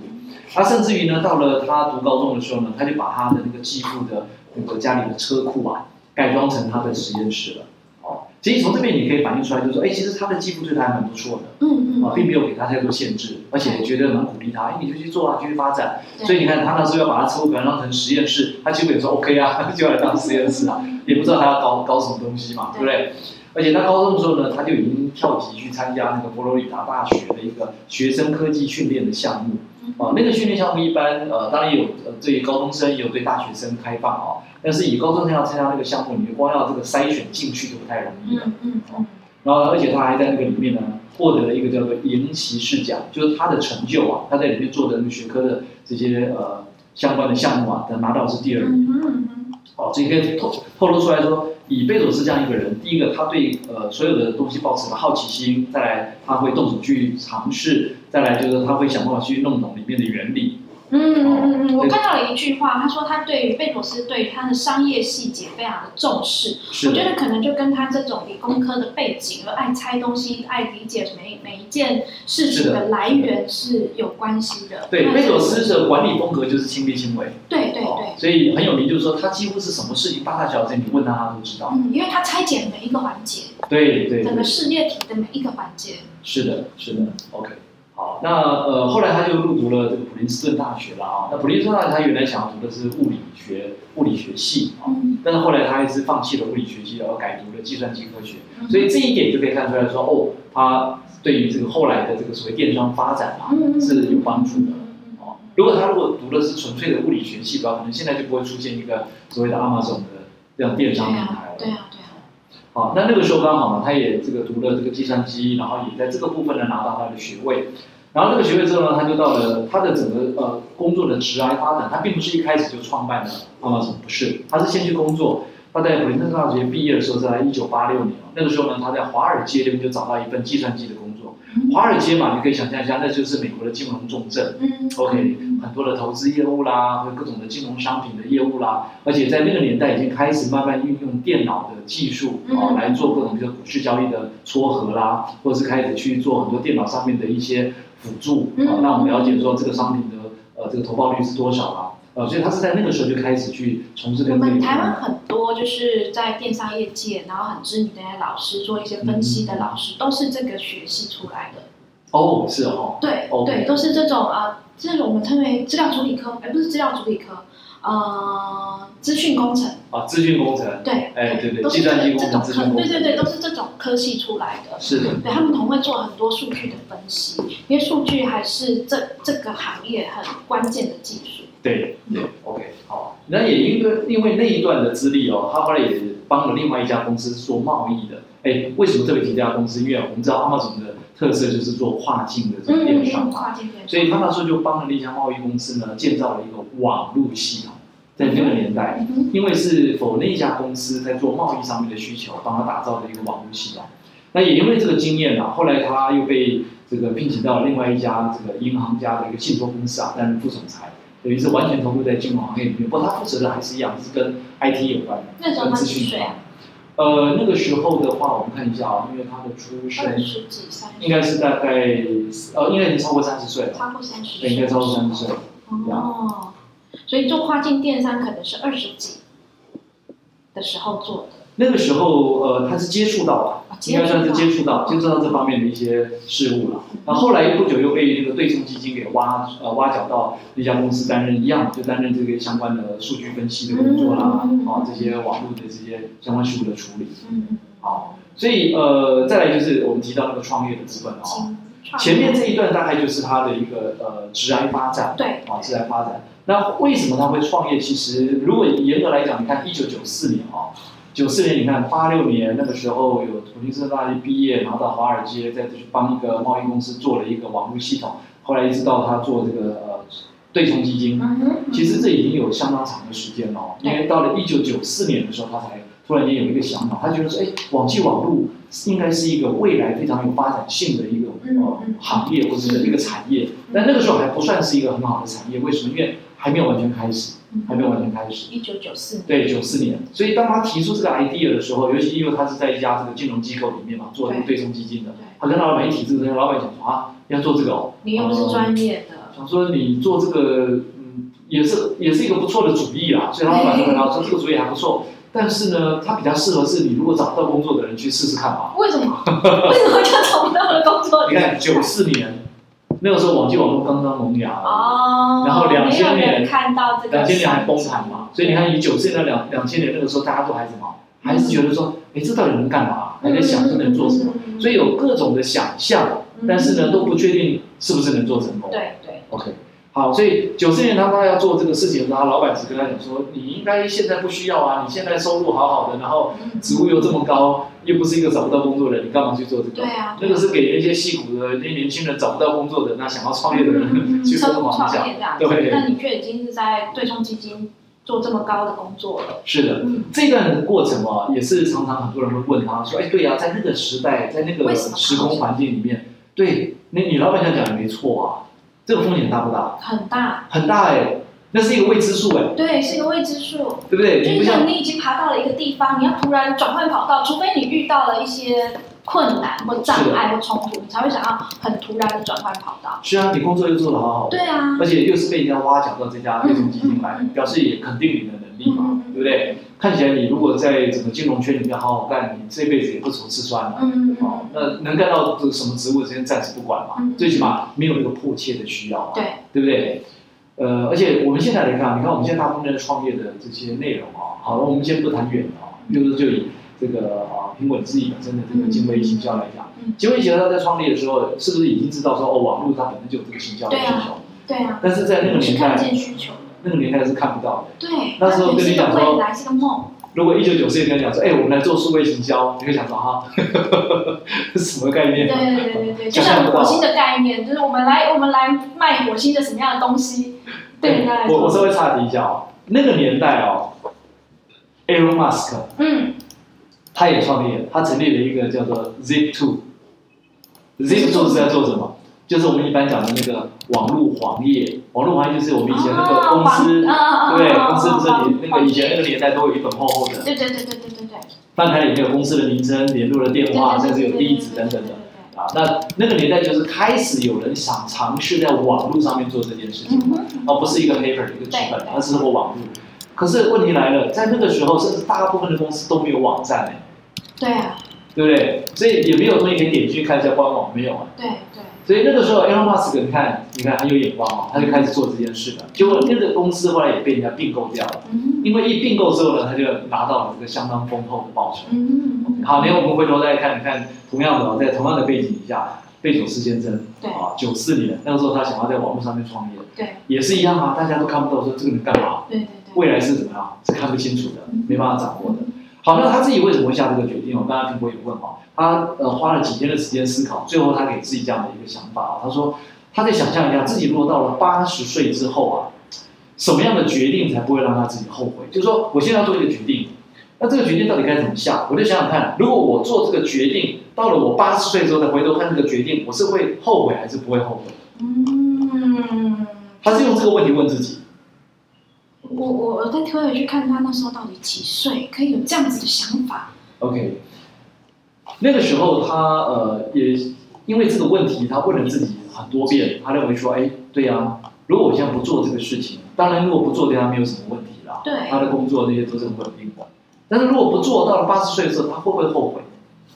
[SPEAKER 1] 他甚至于呢，到了他读高中的时候呢，他就把他的那个继父的那个家里的车库啊，改装成他的实验室了。哦，其实从这边你可以反映出来，就是说，哎，其实他的继父对他还蛮不错的，
[SPEAKER 3] 嗯嗯
[SPEAKER 1] 啊，并没有给他太多限制，而且觉得蛮鼓励他，哎，你就去做啊，继续发展。
[SPEAKER 3] 对
[SPEAKER 1] 所以你看，他那时候要把他车库改装成实验室，他结果也说 OK 啊， 就来当实验室啊，也不知道他要搞搞什么东西嘛，对不对？而且他高中的时候呢，他就已经跳级去参加那个佛罗里达大学的一个学生科技训练的项目。
[SPEAKER 3] 嗯
[SPEAKER 1] 啊，那个训练项目一般呃，当然有呃对高中生，也有对大学生开放哦。但是以高中生要参加那个项目，你光要这个筛选进去就不太容易了。
[SPEAKER 3] 嗯嗯嗯，
[SPEAKER 1] 然后而且他还在那个里面呢，获得了一个叫做银骑士奖，就是他的成就啊，他在里面做的那个学科的这些呃相关的项目啊，他拿到是第二名。
[SPEAKER 3] 嗯哼嗯
[SPEAKER 1] 哦，这可以透透露出来说，以贝佐斯这样一个人，第一个他对呃所有的东西保持了好奇心，再来他会动手去尝试，再来就是他会想办法去弄懂里面的原理。
[SPEAKER 3] 哼嗯嗯嗯嗯，我看到了一句话，他说他对于贝佐斯对于他的商业细节非常的重视，
[SPEAKER 1] 是
[SPEAKER 3] 我觉
[SPEAKER 1] 的，
[SPEAKER 3] 得可能就跟他这种理工科的背景，又爱猜东西，爱理解每每一件事情的来源是有关系的。
[SPEAKER 1] 对
[SPEAKER 3] 那
[SPEAKER 1] 贝佐斯的管理风格就是亲力亲为，
[SPEAKER 3] 对对
[SPEAKER 1] 哦
[SPEAKER 3] 对，，
[SPEAKER 1] 所以很有名，就是说他几乎是什么事情大大小小，你问他他都知道。
[SPEAKER 3] 嗯，因为他拆解每一个环节，
[SPEAKER 1] 对对
[SPEAKER 3] 整个
[SPEAKER 1] 对，
[SPEAKER 3] 世界体的每一个环节。
[SPEAKER 1] 是的，是的，OK。好，那呃，后来他就入读了这个普林斯顿大学了啊。那普林斯顿大学他原来想要读的是物理学物理学系啊，
[SPEAKER 3] 嗯，
[SPEAKER 1] 但是后来他还是放弃了物理学系，然后改读了计算机科学。
[SPEAKER 3] 嗯
[SPEAKER 1] 所以这一点就可以看出来说，哦，他对于这个后来的这个所谓电商发展啊
[SPEAKER 3] 嗯
[SPEAKER 1] 是有帮助的。
[SPEAKER 3] 嗯
[SPEAKER 1] 哦，如果他如果读的是纯粹的物理学系的话，可能现在就不会出现一个所谓的 Amazon 的这样电
[SPEAKER 3] 对
[SPEAKER 1] 商平台
[SPEAKER 3] 啊
[SPEAKER 1] 了。
[SPEAKER 3] 对啊对啊，
[SPEAKER 1] 好，那那个时候刚好嘛，他也这个读了这个计算机，然后也在这个部分呢拿到他的学位。然后这个学位之后呢，他就到了他的整个呃工作的职涯发展，他并不是一开始就创办了 Amazon，不是，他是先去工作。他在普林斯顿大学毕业的时候是在一九八六年，哦那个时候呢，他在华尔街那边就找到一份计算机的工作。华尔街嘛，你可以想象一下，那就是美国的金融重镇。
[SPEAKER 3] 嗯
[SPEAKER 1] OK，
[SPEAKER 3] 嗯
[SPEAKER 1] 很多的投资业务啦，和各种的金融商品的业务啦，而且在那个年代已经开始慢慢运用电脑的技术哦
[SPEAKER 3] 嗯
[SPEAKER 1] 来做各种这个股市交易的撮合啦，或者是开始去做很多电脑上面的一些辅助啊，
[SPEAKER 3] 嗯
[SPEAKER 1] 让我们了解说这个商品的呃这个投报率是多少啦，呃，所以他是在那个时候就开始去从事
[SPEAKER 3] 我
[SPEAKER 1] 跟这个有
[SPEAKER 3] 们台湾
[SPEAKER 1] 关。
[SPEAKER 3] 很多就是在电商业界，然后很知名的老师做一些分析的老师，都是这个学系出来的。
[SPEAKER 1] 哦，是哦，
[SPEAKER 3] 对
[SPEAKER 1] OK
[SPEAKER 3] 对，都是这种啊，呃这种我们称为资料处理科，哎，不是资料处理科，呃，资讯工程，
[SPEAKER 1] 啊，资讯工程，
[SPEAKER 3] 对，
[SPEAKER 1] 哎对对
[SPEAKER 3] 都是
[SPEAKER 1] 计
[SPEAKER 3] 这
[SPEAKER 1] 算机工
[SPEAKER 3] 这
[SPEAKER 1] 程
[SPEAKER 3] 种
[SPEAKER 1] 资讯
[SPEAKER 3] 科，
[SPEAKER 1] 工
[SPEAKER 3] 对
[SPEAKER 1] 程
[SPEAKER 3] 对对，都是这种科系出来的。
[SPEAKER 1] 是的，
[SPEAKER 3] 对他们很会做很多数据的分析，因为数据还是这这个行业很关键的技术。
[SPEAKER 1] 对对，OK，好，那也因为因为那一段的资历哦，他后来也帮了另外一家公司做贸易的。哎，为什么特别提这家公司？因为我们知道 Amazon 的特色就是做跨境的这种电商嘛，
[SPEAKER 3] 嗯跨界电
[SPEAKER 1] 所以他那时候就帮了那家贸易公司呢，建造了一个网络系统，在那个年代，
[SPEAKER 3] 嗯哼
[SPEAKER 1] 因为是否那家公司在做贸易上面的需求，帮他打造的一个网络系统。那也因为这个经验啊，后来他又被这个聘请到另外一家这个银行家的一个信托公司啊，担任副总裁，等于是完全投入在金融行业里面。不过他负责的还是一样，是跟 IT 有关的，
[SPEAKER 3] 那时候
[SPEAKER 1] 跟
[SPEAKER 3] 他
[SPEAKER 1] 资
[SPEAKER 3] 几
[SPEAKER 1] 讯有
[SPEAKER 3] 岁
[SPEAKER 1] 关
[SPEAKER 3] 啊？。
[SPEAKER 1] 呃，那个时候的话，我们看一下啊，因为他的出
[SPEAKER 3] 二
[SPEAKER 1] 生
[SPEAKER 3] 十几、三
[SPEAKER 1] 应
[SPEAKER 3] 十，
[SPEAKER 1] 该是大概呃，应该已经超过三十岁了，
[SPEAKER 3] 超过三十
[SPEAKER 1] 对，应该
[SPEAKER 3] 岁。
[SPEAKER 1] 超过三十岁了。
[SPEAKER 3] 哦，所以做跨境电商可能是二十几的时候做的。
[SPEAKER 1] 那个时候，呃，他是接触到了，
[SPEAKER 3] 啊
[SPEAKER 1] 应该算是接触到接
[SPEAKER 3] 接
[SPEAKER 1] 触到这方面的一些事物了。然后后来不久又被那个对冲基金给挖呃挖角到一家公司担任一样，就担任这个相关的数据分析的工作啦，
[SPEAKER 3] 嗯
[SPEAKER 1] 啊这些网络的这些相关事务的处理。
[SPEAKER 3] 嗯嗯，
[SPEAKER 1] 好，所以呃，再来就是我们提到那个创业的资本啊，
[SPEAKER 3] 经创业
[SPEAKER 1] 前面这一段大概就是他的一个呃职涯发展。
[SPEAKER 3] 对，
[SPEAKER 1] 啊，自然发展。那为什么他会创业？其实如果严格来讲，你看一九九四年啊，九四年你看八六年那个时候有普林斯顿大学毕业，然后到华尔街再去帮一个贸易公司做了一个网络系统，后来一直到他做这个呃对冲基金，
[SPEAKER 3] 嗯哼，
[SPEAKER 1] 其实这已经有相当长的时间了哦，因为到了一九九四年的时候，他才突然间有一个想法，他觉得说，哎，网际网络应该是一个未来非常有发展性的一个呃
[SPEAKER 3] 嗯嗯嗯
[SPEAKER 1] 行业或者是一个产业，但那个时候还不算是一个很好的产业，为什么？因为还没有完全开始，
[SPEAKER 3] 嗯
[SPEAKER 1] 还没有完全开始。
[SPEAKER 3] 一九九四年，
[SPEAKER 1] 对，九四年，所以当他提出这个 idea 的时候，尤其因为他是在一家这个金融机构里面嘛，做这个对冲基金的
[SPEAKER 3] 对，
[SPEAKER 1] 他跟老板一提这个东西，老板讲说啊，要做这个哦，
[SPEAKER 3] 你又不是专业的，
[SPEAKER 1] 想说你做这个，嗯，也是也是一个不错的主意啦。所以他老板就跟他说，这个主意还不错，但是呢，它比较适合是你如果找不到工作的人去试试看吧。
[SPEAKER 3] 为什 么？为什么就找不到了工作？
[SPEAKER 1] 你看九四年，那个时候网际网络刚刚萌芽，
[SPEAKER 3] 哦，
[SPEAKER 1] 然后2000
[SPEAKER 3] 没有人
[SPEAKER 1] 年
[SPEAKER 3] 看到这个
[SPEAKER 1] 两千年还崩盘嘛，所以你看以九四年到两两千年那个时候，大家都还什么，还是觉得说，哎，这到底能干嘛？还在想这能做什么？
[SPEAKER 3] 嗯
[SPEAKER 1] 所以有各种的想象，但是呢，都不确定是不是能做成功。
[SPEAKER 3] 对对，
[SPEAKER 1] OK，好，所以九四年他当然要做这个事情的时候，他老板只跟他讲说，你应该现在不需要啊，你现在收入好好的，然后
[SPEAKER 3] 嗯
[SPEAKER 1] 职务又这么高，又不是一个找不到工作的人，你干嘛去做这
[SPEAKER 3] 对
[SPEAKER 1] 个？
[SPEAKER 3] 啊，
[SPEAKER 1] 那个是给一些戏骨的、那些年轻人找不到工作的，那想要创业的人，
[SPEAKER 3] 嗯
[SPEAKER 1] 去
[SPEAKER 3] 成
[SPEAKER 1] 疯
[SPEAKER 3] 功
[SPEAKER 1] 狂一
[SPEAKER 3] 创
[SPEAKER 1] 下
[SPEAKER 3] 业这样子，
[SPEAKER 1] 对
[SPEAKER 3] 那你却已经是在对冲基金做这么高的工作了，
[SPEAKER 1] 是的。
[SPEAKER 3] 嗯，
[SPEAKER 1] 这段过程啊，也是常常很多人会问他说：“哎，对呀、在那个时代，在那个
[SPEAKER 3] 为什么
[SPEAKER 1] 时空环境里面，对，那你老板想讲也没错啊，这个风险大不大？
[SPEAKER 3] 很大，
[SPEAKER 1] 很大哎、那是一个未知数哎、
[SPEAKER 3] 对，是一个未知数。
[SPEAKER 1] 对不对？你
[SPEAKER 3] 就
[SPEAKER 1] 不
[SPEAKER 3] 是
[SPEAKER 1] 像
[SPEAKER 3] 你已经爬到了一个地方，你要突然转换跑道，除非你遇到了一些困难或障碍或冲突，你才会想要很突然的转换跑道。
[SPEAKER 1] 是啊，你工作又做得好好的，
[SPEAKER 3] 对啊，
[SPEAKER 1] 而且又是被人家挖角到这家
[SPEAKER 3] 嗯
[SPEAKER 1] 对冲基金来
[SPEAKER 3] 嗯嗯，
[SPEAKER 1] 表示也肯定你的能力嘛
[SPEAKER 3] 嗯嗯，嗯
[SPEAKER 1] 对不对？看起来你如果在整个金融圈里面好好干，你这辈子也不愁吃穿了。
[SPEAKER 3] 嗯嗯
[SPEAKER 1] 哦
[SPEAKER 3] 嗯，，
[SPEAKER 1] 那能干到什么职务，先暂时不管嘛，
[SPEAKER 3] 嗯
[SPEAKER 1] 最起码没有那个迫切的需要嘛。
[SPEAKER 3] 对，
[SPEAKER 1] 对不对？呃，而且我们现在来看，你看我们现在大部分的创业的这些内容啊，好了，我们先不谈远的啊，比如说就以这个啊苹果自己本身的这个经微行销来讲
[SPEAKER 3] 嗯，
[SPEAKER 1] 经微行销在创业的时候，是不是已经知道说哦，网络它本身就有这个行销的需
[SPEAKER 3] 对啊
[SPEAKER 1] 求？
[SPEAKER 3] 对啊，
[SPEAKER 1] 但是在那个
[SPEAKER 3] 你是
[SPEAKER 1] 年
[SPEAKER 3] 看
[SPEAKER 1] 代，
[SPEAKER 3] 见需求的，
[SPEAKER 1] 那个年代是看不到的。
[SPEAKER 3] 对，
[SPEAKER 1] 那时候
[SPEAKER 3] 它只是一
[SPEAKER 1] 跟
[SPEAKER 3] 个
[SPEAKER 1] 你讲说
[SPEAKER 3] 未来，是一个梦，
[SPEAKER 1] 如果一九九四年跟你讲说，哎，我们来做数位行销，你会想说哈， 什么概
[SPEAKER 3] 对
[SPEAKER 1] 念啊？
[SPEAKER 3] 对对对对，就
[SPEAKER 1] 想象
[SPEAKER 3] 像
[SPEAKER 1] 不到
[SPEAKER 3] 火星的概念，就是我们来我们来卖火星的什么样的东西，对人家来
[SPEAKER 1] 嗯我我
[SPEAKER 3] 说，
[SPEAKER 1] 稍微岔题一下哦，那个年代哦，Elon Musk
[SPEAKER 3] 嗯，
[SPEAKER 1] 他也创业，他成立了一个叫做 Zip Two。Zip Two 是在做什么？就是我们一般讲的那个网络黄页，网络黄页就是我们以前那个
[SPEAKER 3] 哦
[SPEAKER 1] 公司，对，
[SPEAKER 3] 对
[SPEAKER 1] 公司不
[SPEAKER 3] 嗯
[SPEAKER 1] 是你那个以前那个年代都有一本厚厚的，
[SPEAKER 3] 对对对对对对对，
[SPEAKER 1] 翻开里面有公司的名称、联络的电话，
[SPEAKER 3] 对
[SPEAKER 1] 甚至
[SPEAKER 3] 对对
[SPEAKER 1] 有地址等等的。啊，那那个年代就是开始有人想尝试在网络上面做这件事情
[SPEAKER 3] 嗯，哼，
[SPEAKER 1] 而不是一个 paper 一个纸本
[SPEAKER 3] 对，
[SPEAKER 1] 而是透过网络。可是问题来了，在那个时候，甚至大部分的公司都没有网站、欸
[SPEAKER 3] 对啊，
[SPEAKER 1] 对不对？所以也没有东西可以点进去看一下官网，没有啊。
[SPEAKER 3] 对对。
[SPEAKER 1] 所以那个时候，Elon Musk 你看，你看很有眼光啊，他就开始做这件事了。结果那个公司后来也被人家并购掉了，
[SPEAKER 3] 嗯
[SPEAKER 1] 因为一并购之后呢，他就拿到了这个相当丰厚的报酬。
[SPEAKER 3] 嗯，
[SPEAKER 1] 好，那我们回头再看，你看同样的哦，在同样的背景底下，贝佐斯先生
[SPEAKER 3] 对
[SPEAKER 1] 啊，九四年那个时候他想要在网络上面创业，
[SPEAKER 3] 对，
[SPEAKER 1] 也是一样啊，大家都看不到说这个人干嘛，
[SPEAKER 3] 对对对，
[SPEAKER 1] 未来是怎么样是看不清楚的
[SPEAKER 3] 嗯，
[SPEAKER 1] 没办法掌握的。好，那他自己为什么会下这个决定？我刚才苹果也问嘛，他呃花了几天的时间思考，最后他给自己这样的一个想法啊，他说他在想象一下自己如果到了八十岁之后啊，什么样的决定才不会让他自己后悔？就是说我现在要做一个决定，那这个决定到底该怎么下？我就想想看，如果我做这个决定，到了我八十岁之后再回头看这个决定，我是会后悔还是不会后悔？
[SPEAKER 3] 嗯，
[SPEAKER 1] 他是用这个问题问自己。
[SPEAKER 3] 我我我再推回去看他那时候到底几岁，可以有这样子的想法，
[SPEAKER 1] OK，那个时候他呃也因为这个问题，他问了自己很多遍，他认为说，哎，对呀、如果我现在不做这个事情，当然如果不做对他没有什么问题啦，
[SPEAKER 3] 对
[SPEAKER 1] 他的工作那些都是很稳定的。但是如果不做，到了八十岁的时候，他会不会后悔？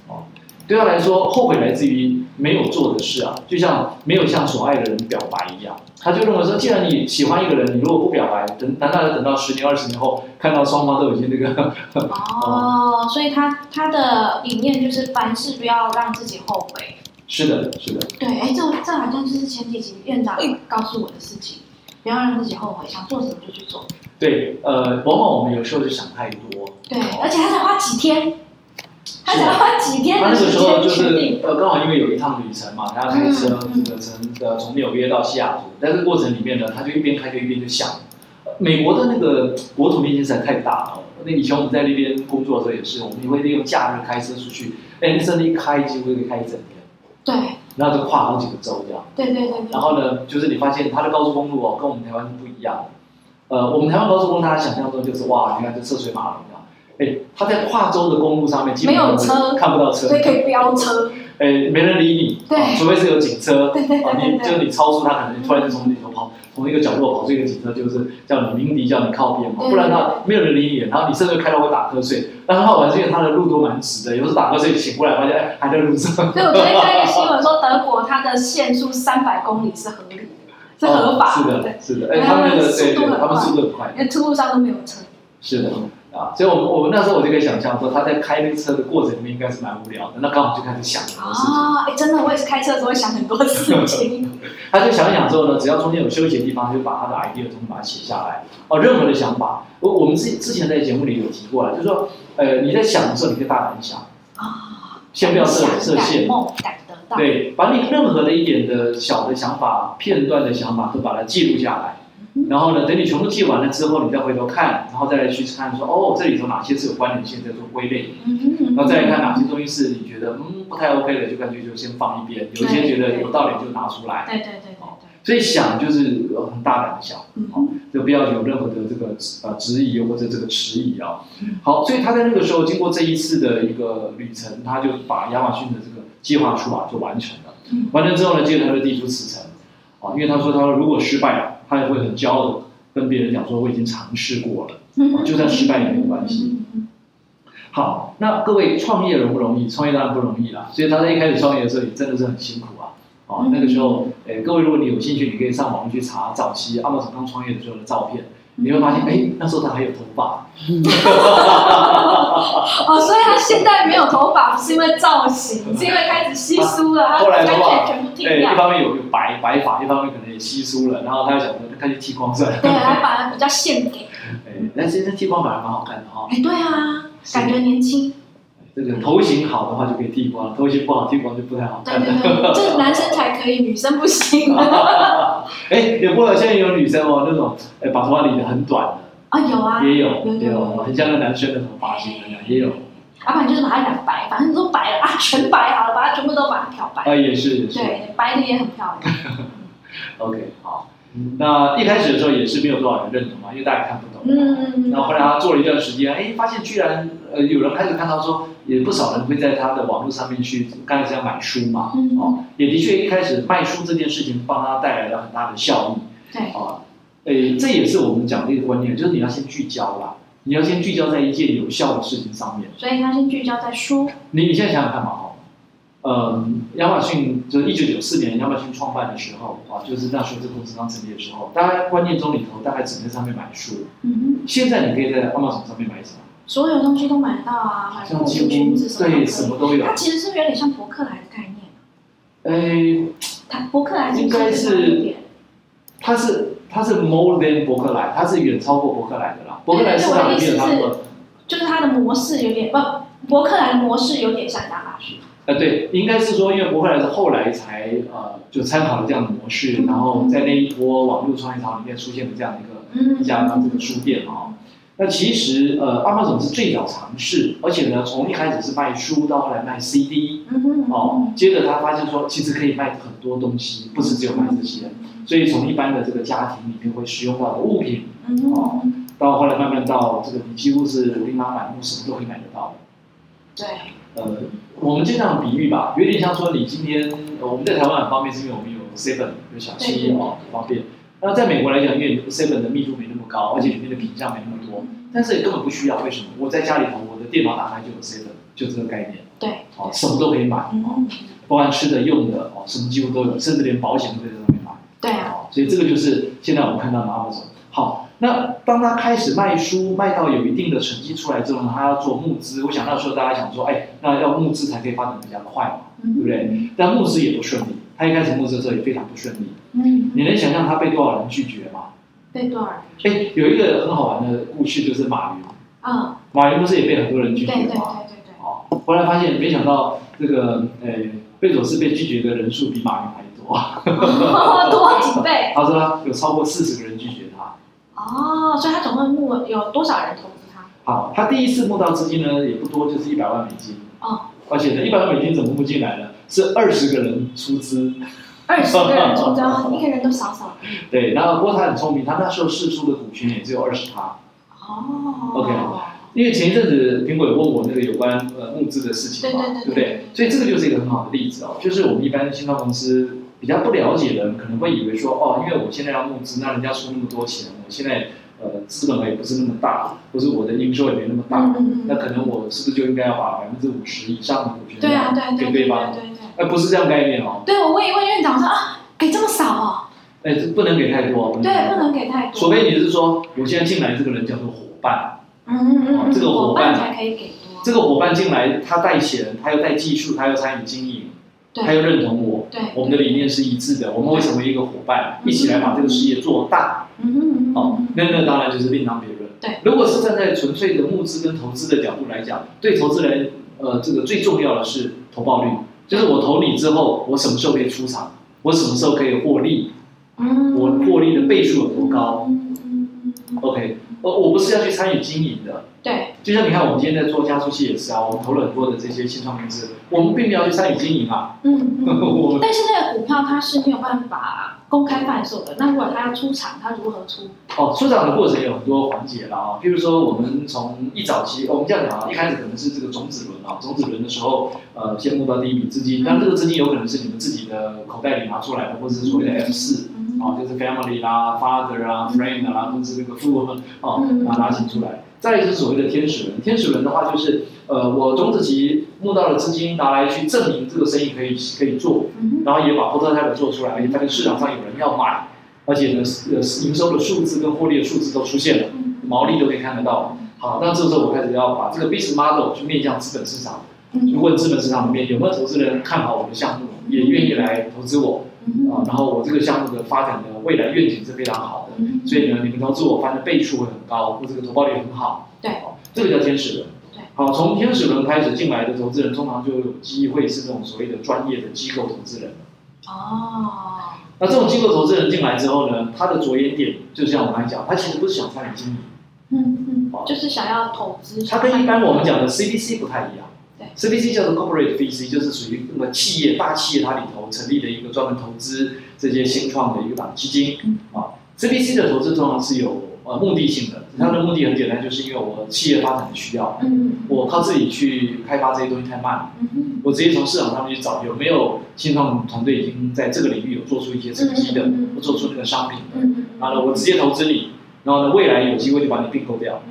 [SPEAKER 1] 哦，对他来说，后悔来自于没有做的事啊，就像没有向所爱的人表白一样。他就认为说，既然你喜欢一个人，你如果不表白，等难道要等到十年、二十年后，看到双方都已经那个
[SPEAKER 3] 哦，所以他他的理念就是凡事不要让自己后悔。
[SPEAKER 1] 是的，是的。
[SPEAKER 3] 对，哎，这这好像就是前几集院长告诉我的事情，不要让自己后悔，想做什么就去做。
[SPEAKER 1] 对，呃，往往我们有时候就想太多。哦
[SPEAKER 3] 对，而且他才花几天，他才花几天
[SPEAKER 1] 他
[SPEAKER 3] 的
[SPEAKER 1] 那个
[SPEAKER 3] 时
[SPEAKER 1] 时候
[SPEAKER 3] 间
[SPEAKER 1] 就
[SPEAKER 3] 决定。
[SPEAKER 1] 是呃，刚好因为有一趟旅程嘛，他要开车
[SPEAKER 3] 嗯嗯
[SPEAKER 1] 这个从呃从纽约到西雅图，在这个过程里面呢，他就一边开就一边就想，呃美国的那个国土面积实在太大了。那以前我们在那边工作的时候也是，我们也会利用假日开车出去，哎，那真的一开几乎可以开一整天，
[SPEAKER 3] 对
[SPEAKER 1] 然后就跨好几个州这样。
[SPEAKER 3] 对对对
[SPEAKER 1] 然
[SPEAKER 3] 对，
[SPEAKER 1] 后呢，就是你发现它的高速公路哦，跟我们台湾是不一样的。呃，我们台湾高速公路，大家想象中就是哇，你看这车水马龙啊。哎，它在跨州的公路上面，基本
[SPEAKER 3] 没
[SPEAKER 1] 上
[SPEAKER 3] 有车
[SPEAKER 1] 看不到车，
[SPEAKER 3] 所以可以飙 车。
[SPEAKER 1] 哎，没人理你，
[SPEAKER 3] 对
[SPEAKER 1] 啊除非是有警车，
[SPEAKER 3] 对对对
[SPEAKER 1] 啊，
[SPEAKER 3] 对
[SPEAKER 1] 你
[SPEAKER 3] 对
[SPEAKER 1] 就你超速，它可能突然就从里头跑，从一个角落跑出一个警车，就是叫你鸣笛，叫你靠边嘛，
[SPEAKER 3] 对
[SPEAKER 1] 不然呢，没有人理你，然后你甚至开到会打瞌睡。但很好玩，是因为它的路都蛮直的，有时候打瞌睡醒过来发现哎还在路 上，
[SPEAKER 3] 所以我昨天看一个新闻说，德国它的限速三百公里是合理的，是合法
[SPEAKER 1] 哦是
[SPEAKER 3] 的，
[SPEAKER 1] 的，是的，
[SPEAKER 3] 因
[SPEAKER 1] 哎，
[SPEAKER 3] 为
[SPEAKER 1] 他们那
[SPEAKER 3] 他们
[SPEAKER 1] 个
[SPEAKER 3] 速
[SPEAKER 1] 对
[SPEAKER 3] 度
[SPEAKER 1] 对，
[SPEAKER 3] 很
[SPEAKER 1] 他们
[SPEAKER 3] 快
[SPEAKER 1] 速度很快。
[SPEAKER 3] 因为、吐路上都没有车。
[SPEAKER 1] 是的，啊，所以我们我们那时候我就可以想象说，他在开那个车的过程里面应该是蛮无聊的，那刚好就开始想很多事情。
[SPEAKER 3] 啊，哎，真的，我也是开车的时候会想很多事 情。
[SPEAKER 1] 他就想一想之后呢，只要中间有休息的地方，就把他的 idea 全部把它写下来。哦，任何的想法，我我们之之前在节目里有提过了，就是说，呃，你在想的时候，你可以大胆想，
[SPEAKER 3] 啊，
[SPEAKER 1] 先不要设
[SPEAKER 3] 想
[SPEAKER 1] 设
[SPEAKER 3] 敢
[SPEAKER 1] 限，
[SPEAKER 3] 梦敢得到。
[SPEAKER 1] 对，把你任何的一点的小的想法、片段的想法都把它记录下来。
[SPEAKER 3] 嗯
[SPEAKER 1] 然后呢，等你全部记完了之后，你再回头看，然后再来去看说，哦，这里头哪些是有关联性，再做归类。
[SPEAKER 3] 嗯
[SPEAKER 1] 然后再来看哪些东西是你觉得嗯不太 OK 的，就干脆就先放一边；有一些觉得有道理就拿出来。
[SPEAKER 3] 对对对对对，
[SPEAKER 1] 所以想就是呃很大胆的想，
[SPEAKER 3] 嗯
[SPEAKER 1] 好，就不要有任何的这个呃质疑或者这个迟疑啊
[SPEAKER 3] 嗯。
[SPEAKER 1] 好，所以他在那个时候经过这一次的一个旅程，他就把亚马逊的这个计划书啊就完成了。
[SPEAKER 3] 嗯
[SPEAKER 1] 完成之后呢，接着他就递出辞呈啊，因为他说他说如果失败了，他也会很骄傲的跟别人讲说我已经尝试过了。
[SPEAKER 3] 嗯
[SPEAKER 1] 哦就算失败也没有关系。
[SPEAKER 3] 嗯嗯嗯
[SPEAKER 1] 好，那各位创业容不容易？创业当然不容易啦，所以他在一开始创业的时候也真的是很辛苦啊。哦
[SPEAKER 3] 嗯，
[SPEAKER 1] 那个时候，诶，各位如果你有兴趣，你可以上网去查早期阿茂总刚创业的时候的照片，你会发现，
[SPEAKER 3] 嗯
[SPEAKER 1] 哎，那时候他还有头发，
[SPEAKER 3] 哦，所以他现在没有头发，不是因为造型，是因为开始稀疏了，他
[SPEAKER 1] 啊后来
[SPEAKER 3] 干
[SPEAKER 1] 头发
[SPEAKER 3] 脆全部剃
[SPEAKER 1] 对，哎一
[SPEAKER 3] 掉。
[SPEAKER 1] 方面有有白白发，一方面可能也稀疏了，然后他就想说，那干脆剃光算了。
[SPEAKER 3] 对，还把它比较献给。
[SPEAKER 1] 哎，那其实剃光反而蛮好看的哈、哦，
[SPEAKER 3] 哎，对啊，感觉年轻。
[SPEAKER 1] 这个头型好的话就可以剃光，头型不好剃光就不太好
[SPEAKER 3] 对
[SPEAKER 1] 看了。
[SPEAKER 3] 对对，这男生才可以，女生不行啊。
[SPEAKER 1] 哎，也不过现在有女生哦，那种哎把头发理得很短的。
[SPEAKER 3] 啊，有啊，
[SPEAKER 1] 也有
[SPEAKER 3] 有
[SPEAKER 1] 也有，很像那男生的头发型那样，也有，
[SPEAKER 3] 要啊不然就是把它染白，反正都白了啊，全白好了，把它全部都把它漂白。
[SPEAKER 1] 啊也是也是
[SPEAKER 3] 对，白的也很漂 亮。
[SPEAKER 1] ，OK 好。那一开始的时候也是没有多少人认同嘛，因为大家看不懂。。
[SPEAKER 3] 嗯，
[SPEAKER 1] 然后后来他做了一段时间，哎，发现居然呃有人开始看到说，也不少人会在他的网络上面去，刚开始要买书嘛，
[SPEAKER 3] 嗯
[SPEAKER 1] 哦，也的确一开始卖书这件事情帮他带来了很大的效益。
[SPEAKER 3] 对，
[SPEAKER 1] 啊，诶，这也是我们讲的一个观念，就是你要先聚焦啦，你要先聚焦在一件有效的事情上面。
[SPEAKER 3] 所以他先聚焦在书。
[SPEAKER 1] 你你现在想想看嘛，哦，嗯，亚马逊就是一九九四年亚马逊创办的时候啊，就是那时候这公司刚成立的时候，大家观念中里头大概只能在上面买书。
[SPEAKER 3] 嗯哼，
[SPEAKER 1] 现在你可以在 Amazon 上面买什么？
[SPEAKER 3] 所有东西都买得到啊，买
[SPEAKER 1] 像
[SPEAKER 3] 裤
[SPEAKER 1] 几
[SPEAKER 3] 子、
[SPEAKER 1] 乎
[SPEAKER 3] 裙子什
[SPEAKER 1] 对
[SPEAKER 3] 么都可
[SPEAKER 1] 什
[SPEAKER 3] 以。
[SPEAKER 1] 么都有
[SPEAKER 3] 它。其实是不是有点像博客来的概念？
[SPEAKER 1] 诶，
[SPEAKER 3] 它博客来是不
[SPEAKER 1] 应该是
[SPEAKER 3] 有一点
[SPEAKER 1] 它是它是 more than 博客来，它是远超过博客来的啦。博客来市场里面有它
[SPEAKER 3] 对对
[SPEAKER 1] 的，
[SPEAKER 3] 就是它的模式有点不，博客来的模式有点像亚马逊。
[SPEAKER 1] 呃，对，应该是说，因为博客来是后来才呃就参考了这样的模式，然后在那一波网络创业潮里面出现了这样的一个
[SPEAKER 3] 嗯
[SPEAKER 1] 一家这个书店哦。那其实呃，阿茂总是最早尝试，而且呢，从一开始是卖书，到后来卖 CD
[SPEAKER 3] 嗯哼
[SPEAKER 1] 哦，，接着他发现说，其实可以卖很多东西，不是只有卖这些。所以从一般的这个家庭里面会使用到的物品，
[SPEAKER 3] 嗯
[SPEAKER 1] 哦
[SPEAKER 3] 哼，
[SPEAKER 1] 到后来慢慢到这个你几乎是琳琅满目，什么都可以买得到。
[SPEAKER 3] 对，
[SPEAKER 1] 呃，我们经常比喻吧，有点像说你今天、呃我们在台湾很方便，是因为我们有 seven 有小
[SPEAKER 3] 对
[SPEAKER 1] 七
[SPEAKER 3] 对对
[SPEAKER 1] 哦，很方便。那在美国来讲，因为 seven 的密度没那么高，而且里面的品相没那么多，但是也根本不需要。为什么？我在家里头，我的电脑打开就有 seven，就这个概念。
[SPEAKER 3] 对。
[SPEAKER 1] 哦，什么都可以买，
[SPEAKER 3] 嗯，
[SPEAKER 1] 包含吃的、用的，哦，什么几乎都有，甚至连保险都可以在上面买。
[SPEAKER 3] 对啊，
[SPEAKER 1] 哦，所以这个就是现在我们看到的 Amazon。好，那当他开始卖书，卖到有一定的成绩出来之后呢，他要做募资。我想那时候大家想说，哎，那要募资才可以发展比较快嘛，
[SPEAKER 3] 嗯
[SPEAKER 1] 对不对？但募资也不顺利，他一开始募资的时候也非常不顺利。
[SPEAKER 3] 嗯，
[SPEAKER 1] 你能想象他被多少人拒绝吗？
[SPEAKER 3] 贝多尔，
[SPEAKER 1] 哎，有一个很好玩的故事，就是马云，
[SPEAKER 3] 嗯，
[SPEAKER 1] 马云不是也被很多人拒
[SPEAKER 3] 对
[SPEAKER 1] 绝
[SPEAKER 3] 对对
[SPEAKER 1] 吗？
[SPEAKER 3] 对对，
[SPEAKER 1] 哦，后来发现没想到这个，呃，贝佐斯被拒绝的人数比马云还多。
[SPEAKER 3] 多几倍
[SPEAKER 1] 他说他有超过四十个人拒绝他。
[SPEAKER 3] 哦，所以他总共募有多少人投资他？
[SPEAKER 1] 好，他第一次募到资金呢也不多，就是一百万美金。
[SPEAKER 3] 哦，
[SPEAKER 1] 而且呢，一百万美金怎么募进来呢？是二十个人出资。
[SPEAKER 3] 二十个 人出招，一个人都少少。
[SPEAKER 1] 对，然后不过他很聪明，他那时候试出的股权也只有二十趴。
[SPEAKER 3] 哦
[SPEAKER 1] OK 因为前一阵子苹果有问我那个有关呃募资的事情嘛，
[SPEAKER 3] 对对对
[SPEAKER 1] 不对？所以这个就是一个很好的例子哦，就是我们一般新创公司比较不了解的人，可能会以为说哦，因为我现在要募资，那人家出那么多钱，我现在呃资本额也不是那么大，或是我的营收也没那么大，
[SPEAKER 3] 嗯嗯嗯，
[SPEAKER 1] 那可能我是不是就应该要把百分之五十以上的股权
[SPEAKER 3] 对啊对
[SPEAKER 1] 给
[SPEAKER 3] 对对
[SPEAKER 1] 对
[SPEAKER 3] 对
[SPEAKER 1] 方？
[SPEAKER 3] 对对。
[SPEAKER 1] 哎，不是这样概念哦，
[SPEAKER 3] 对，我问一问院长说啊，给这么少哦？
[SPEAKER 1] 哎，这不能给太多，不能给
[SPEAKER 3] 对，
[SPEAKER 1] 太
[SPEAKER 3] 不
[SPEAKER 1] 多。
[SPEAKER 3] 能给太多。
[SPEAKER 1] 除非你是说，我现在进来这个人叫做伙伴，
[SPEAKER 3] 嗯嗯
[SPEAKER 1] 哦
[SPEAKER 3] 嗯，
[SPEAKER 1] 这个伙
[SPEAKER 3] 伙
[SPEAKER 1] 伴
[SPEAKER 3] 伴才可以给多，
[SPEAKER 1] 这个伙伴进来，他带钱，他又带技术，他又参与经营，他
[SPEAKER 3] 对
[SPEAKER 1] 又认同我，
[SPEAKER 3] 对，
[SPEAKER 1] 我们的理念是一致的，我们会成为一个伙伴，一起来把这个事业做大。
[SPEAKER 3] 嗯嗯嗯
[SPEAKER 1] 哦
[SPEAKER 3] 嗯，
[SPEAKER 1] 那那当然就是另当别论。
[SPEAKER 3] 对，
[SPEAKER 1] 如果是站在纯粹的募资跟投资的角度来讲，对投资人，呃，这个最重要的是投报率，就是我投你之后，我什么时候可以出场，我什么时候可以获利，
[SPEAKER 3] 嗯，
[SPEAKER 1] 哦我获利的倍数有多高
[SPEAKER 3] 嗯嗯嗯嗯，
[SPEAKER 1] ？OK，我呃我不是要去参与经营的，
[SPEAKER 3] 对，
[SPEAKER 1] 就像你看，我们今天在做加速器也是啊，我们投了很多的这些新创公司，我们并没有去参与经营啊，
[SPEAKER 3] 嗯嗯。
[SPEAKER 1] 我们
[SPEAKER 3] 但是那个股票它是没有办法公开贩售的，那如果它要出场，它如何出？
[SPEAKER 1] 哦，出场的过程有很多环节啦啊，譬如说我们从一早期，我们这样讲啊，一开始可能是这个种子轮啊，种子轮的时候，呃，先募到第一笔资金，但这个资金有可能是你们自己的口袋里拿出来的，或者是所谓的 F 四
[SPEAKER 3] 嗯
[SPEAKER 1] 啊，就是 family 啦、father 啊、friend 啦，或者是这个父母啊，
[SPEAKER 3] 嗯
[SPEAKER 1] 拿拿钱出来。再来就是所谓的天使轮，天使轮的话就是，呃，我种子期募到的资金拿来去证明这个生意可以可以做，
[SPEAKER 3] 嗯
[SPEAKER 1] 然后也把 prototype 做出来，而且发现市场上有人要买，而且呢，呃，营收的数字跟获利的数字都出现了，
[SPEAKER 3] 嗯
[SPEAKER 1] 毛利都可以看得到。好，那这时候我开始要把这个 business model 去面向资本市场，去
[SPEAKER 3] 嗯
[SPEAKER 1] 问资本市场里面有没有投资人看好我的项目，也愿意来投资我
[SPEAKER 3] 嗯
[SPEAKER 1] 啊。然后我这个项目的发展的未来愿景是非常好的，
[SPEAKER 3] 嗯，
[SPEAKER 1] 所以呢，你们投资我，反正倍数会很高，我这个投报率很好。
[SPEAKER 3] 对
[SPEAKER 1] 好，这个叫天使轮
[SPEAKER 3] 对。
[SPEAKER 1] 好，从天使轮开始进来的投资人，通常就有机会是这种所谓的专业的机构投资人。
[SPEAKER 3] 哦，
[SPEAKER 1] 那这种机构投资人进来之后呢，他的着眼点就像我刚才讲，他其实不是想参与经营，
[SPEAKER 3] 嗯嗯，就是想要投资，
[SPEAKER 1] 他跟一般我们讲的 CVC 不太一样。
[SPEAKER 3] 对
[SPEAKER 1] CVC 叫做 Corporate VC，就是属于那个企业大企业它里头成立的一个专门投资这些新创的一个档基金
[SPEAKER 3] 嗯
[SPEAKER 1] 啊。CVC 的投资通常是有呃目的性的，它的目的很简单，就是因为我企业发展的需要，
[SPEAKER 3] 嗯
[SPEAKER 1] 我靠自己去开发这些东西太慢了，
[SPEAKER 3] 嗯
[SPEAKER 1] 我直接从市场上面去找有没有新创团队已经在这个领域有做出一些成绩的
[SPEAKER 3] 嗯嗯嗯，
[SPEAKER 1] 或做出那个商品的。
[SPEAKER 3] 嗯，
[SPEAKER 1] 好了，我直接投资你，然后呢，未来有机会就把你并购掉。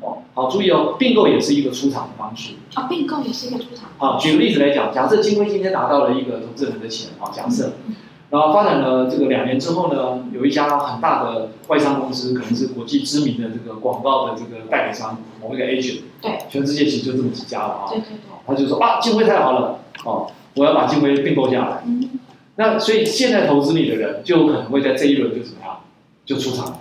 [SPEAKER 1] 哦，好，注意哦，并购也是一个出场的方式。
[SPEAKER 3] 啊，并购也是一个出场，
[SPEAKER 1] 好，举个例子来讲，假设金辉今天拿到了一个投资人的钱啊，假设，
[SPEAKER 3] 嗯
[SPEAKER 1] 然后发展了这个两年之后呢，有一家很大的外商公司，可能是国际知名的这个广告的这个代理商，某一个 agent，
[SPEAKER 3] 对，
[SPEAKER 1] 全世界其实就这么几家了啊，
[SPEAKER 3] 对对对，
[SPEAKER 1] 他就说啊，金辉太好了，哦，我要把金辉并购下来。
[SPEAKER 3] 嗯
[SPEAKER 1] 那所以现在投资你的人，就有可能会在这一轮就怎么样，就出场了，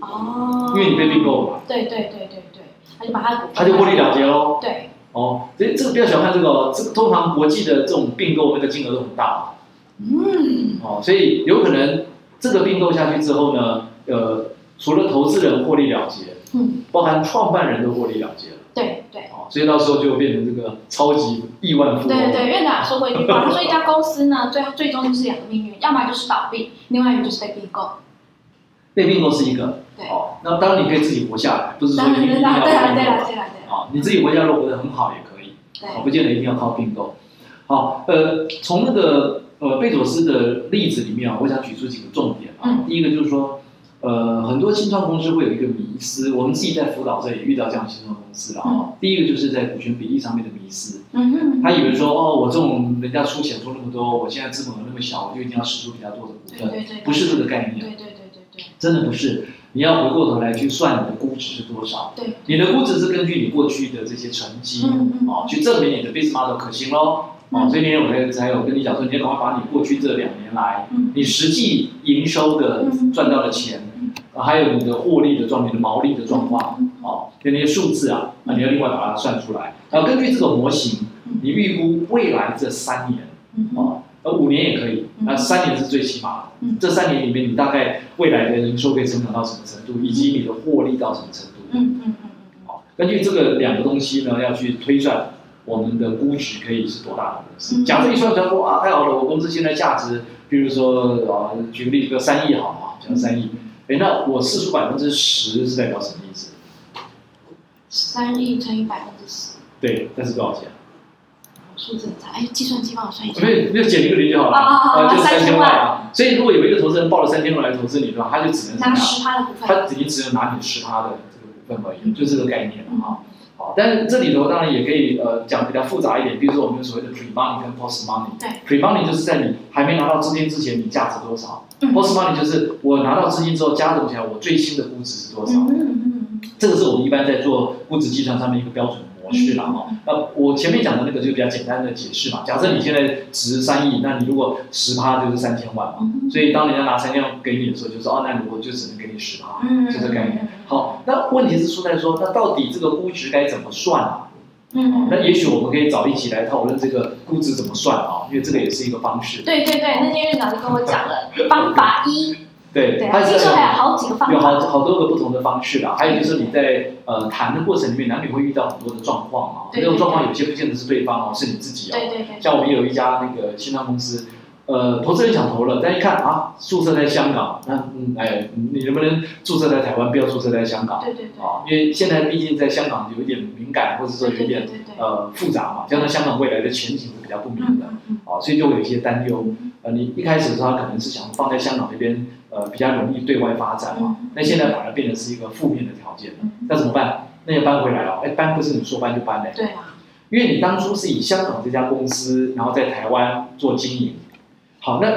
[SPEAKER 3] 哦，
[SPEAKER 1] 因为你被并，购了嘛。
[SPEAKER 3] 对对对对对，他就把他的股，
[SPEAKER 1] 他就获利了结喽。
[SPEAKER 3] 对，
[SPEAKER 1] 哦，这这个不要小看这个哦，这个通常国际的这种并购那个金额都很大
[SPEAKER 3] 嗯
[SPEAKER 1] 哦，所以有可能这个并购下去之后呢，呃，除了投资人获利了结，
[SPEAKER 3] 嗯，
[SPEAKER 1] 包含创办人都获利了结了
[SPEAKER 3] 对对。
[SPEAKER 1] 哦，所以到时候就变成这个超级亿万富翁。
[SPEAKER 3] 对对，院长说过一句话， 他说一家公司呢，最最终就是两个命运，要么就是倒闭，另外一个就是被并购。
[SPEAKER 1] 被并购是一个
[SPEAKER 3] 对
[SPEAKER 1] 哦，那当然你可以自己活下来，不是说
[SPEAKER 3] 当
[SPEAKER 1] 一
[SPEAKER 3] 然，
[SPEAKER 1] 定
[SPEAKER 3] 对
[SPEAKER 1] 要
[SPEAKER 3] 啦，对啦，对啦，
[SPEAKER 1] 啊、
[SPEAKER 3] 对啦，
[SPEAKER 1] 哦，你自己活下来如果活得很好也可以。
[SPEAKER 3] 对
[SPEAKER 1] 哦，
[SPEAKER 3] 啦，
[SPEAKER 1] 不见得一定要靠并购。好，呃，从那个呃贝佐斯的例子里面啊，我想举出几个重点啊。
[SPEAKER 3] 嗯
[SPEAKER 1] 第一个就是说，呃，很多新创公司会有一个迷思，我们自己在辅导这里遇到这样的新创公司了
[SPEAKER 3] 嗯
[SPEAKER 1] 啊。第一个就是在股权比例上面的迷思，
[SPEAKER 3] 对，嗯
[SPEAKER 1] 他以为说，哦，我这种人家出钱出那么多，我现在资本额那么小，我就一定要使出比较多的股
[SPEAKER 3] 对
[SPEAKER 1] 份，
[SPEAKER 3] 对对，
[SPEAKER 1] 不是这个概
[SPEAKER 3] 对
[SPEAKER 1] 念，
[SPEAKER 3] 对对对对
[SPEAKER 1] 真的不是。你要回过头来去算你的估值是多少，
[SPEAKER 3] 对，
[SPEAKER 1] 你的估值是根据你过去的这些成绩，
[SPEAKER 3] 嗯嗯，
[SPEAKER 1] 哦，去证明你的 business model 可行喽。哦，
[SPEAKER 3] 嗯
[SPEAKER 1] 所以那天我才才有跟你讲说，你要赶快把你过去这两年来
[SPEAKER 3] 嗯
[SPEAKER 1] 你实际营收的
[SPEAKER 3] 嗯
[SPEAKER 1] 赚到的钱
[SPEAKER 3] 嗯，
[SPEAKER 1] 啊还有你的获利的状、你的毛利的状况，
[SPEAKER 3] 嗯
[SPEAKER 1] 哦，跟那些数字啊，啊，你要另外把它算出来。然后根据这个模型
[SPEAKER 3] 嗯，
[SPEAKER 1] 你预估未来这三年，
[SPEAKER 3] 嗯
[SPEAKER 1] 哦，呃，五年也可以，
[SPEAKER 3] 嗯
[SPEAKER 1] 那三年是最起码的。
[SPEAKER 3] 嗯
[SPEAKER 1] 这三年里面，你大概未来的营收可以成长到什么程度，以及你的获利到什么程度？
[SPEAKER 3] 嗯嗯
[SPEAKER 1] 好，根据这个两个东西呢，要去推算我们的估值可以是多大的公司。
[SPEAKER 3] 嗯
[SPEAKER 1] 假设一算出来说啊，太好了，我公司现在价值，比如说啊，举个例子，三亿好了啊，讲三亿，哎，那我四出百分之十是代表什么意思？
[SPEAKER 3] 三亿乘以百分之十，
[SPEAKER 1] 对，那是多少钱？
[SPEAKER 3] 数字很差，哎，计算机帮我算一下
[SPEAKER 1] 所，以就减一个零就好了，
[SPEAKER 3] 啊啊啊
[SPEAKER 1] 就是
[SPEAKER 3] 3000
[SPEAKER 1] 三千万啊。所以如果有一个投资人抱了三千万来投资你的话，他就只能怎
[SPEAKER 3] 拿
[SPEAKER 1] 么样？
[SPEAKER 3] 十趴的股份，
[SPEAKER 1] 他已经只能拿你十趴的这个股份而已，
[SPEAKER 3] 嗯
[SPEAKER 1] 就这个概念啊。好，但是这里头当然也可以呃讲比较复杂一点，比如说我们所谓的 pre money 跟 post money。
[SPEAKER 3] 对
[SPEAKER 1] pre money 就是在你还没拿到资金之前，你价值多少、
[SPEAKER 3] 嗯
[SPEAKER 1] p o s t money 就是我拿到资金之后加总起来，我最新的估值是多少？
[SPEAKER 3] 嗯嗯嗯
[SPEAKER 1] 这个是我们一般在做估值计算上面一个标准的模式啦哈。
[SPEAKER 3] 嗯
[SPEAKER 1] 那我前面讲的那个就比较简单的解释嘛。假设你现在值三亿，那你如果十趴就是三千万嘛。
[SPEAKER 3] 嗯
[SPEAKER 1] 所以当人家拿三千万给你的时候，就说哦，那我就只能给你十趴。
[SPEAKER 3] 嗯，
[SPEAKER 1] 这个概念。好，那问题是出在说，那到底这个估值该怎么算啊？
[SPEAKER 3] 嗯，
[SPEAKER 1] 那也许我们可以早一起来讨论这个估值怎么算啊，因为这个也是一个方式。
[SPEAKER 3] 对对对，那天院长就跟我讲了方法一，
[SPEAKER 1] 对
[SPEAKER 3] 对，
[SPEAKER 1] 它
[SPEAKER 3] 啊，
[SPEAKER 1] 是
[SPEAKER 3] 听说还有好几个方
[SPEAKER 1] 有好
[SPEAKER 3] 法，
[SPEAKER 1] 好多个不同的方式啦，还有就是你在呃谈的过程里面，难免会遇到很多的状况啊。
[SPEAKER 3] 对
[SPEAKER 1] 那
[SPEAKER 3] 对
[SPEAKER 1] 种状况有些不见得是对方哦，是你自己
[SPEAKER 3] 对
[SPEAKER 1] 哦。
[SPEAKER 3] 对对，
[SPEAKER 1] 像我们有一家那个新创公司，呃，投资人想投了，但一看啊，注册在香港，那嗯，哎，你能不能注册在台湾，不要注册在香港
[SPEAKER 3] 对对对，
[SPEAKER 1] 啊？因为现在毕竟在香港有一点敏感，或者说有
[SPEAKER 3] 对
[SPEAKER 1] 一
[SPEAKER 3] 对
[SPEAKER 1] 点
[SPEAKER 3] 对对，
[SPEAKER 1] 呃复杂嘛，加上香港未来的前景是比较不明的。
[SPEAKER 3] 嗯嗯
[SPEAKER 1] 啊，所以就有一些担忧
[SPEAKER 3] 嗯。
[SPEAKER 1] 呃，你一开始的时候，他可能是想放在香港那边，呃，比较容易对外发展嘛
[SPEAKER 3] 嗯。
[SPEAKER 1] 但现在反而变成是一个负面的条件了
[SPEAKER 3] 嗯，
[SPEAKER 1] 那怎么办？那要搬回来哦，哎，搬不是你说搬就搬嘞
[SPEAKER 3] 嗯，，对啊，
[SPEAKER 1] 因为你当初是以香港这家公司，然后在台湾做经营。好，那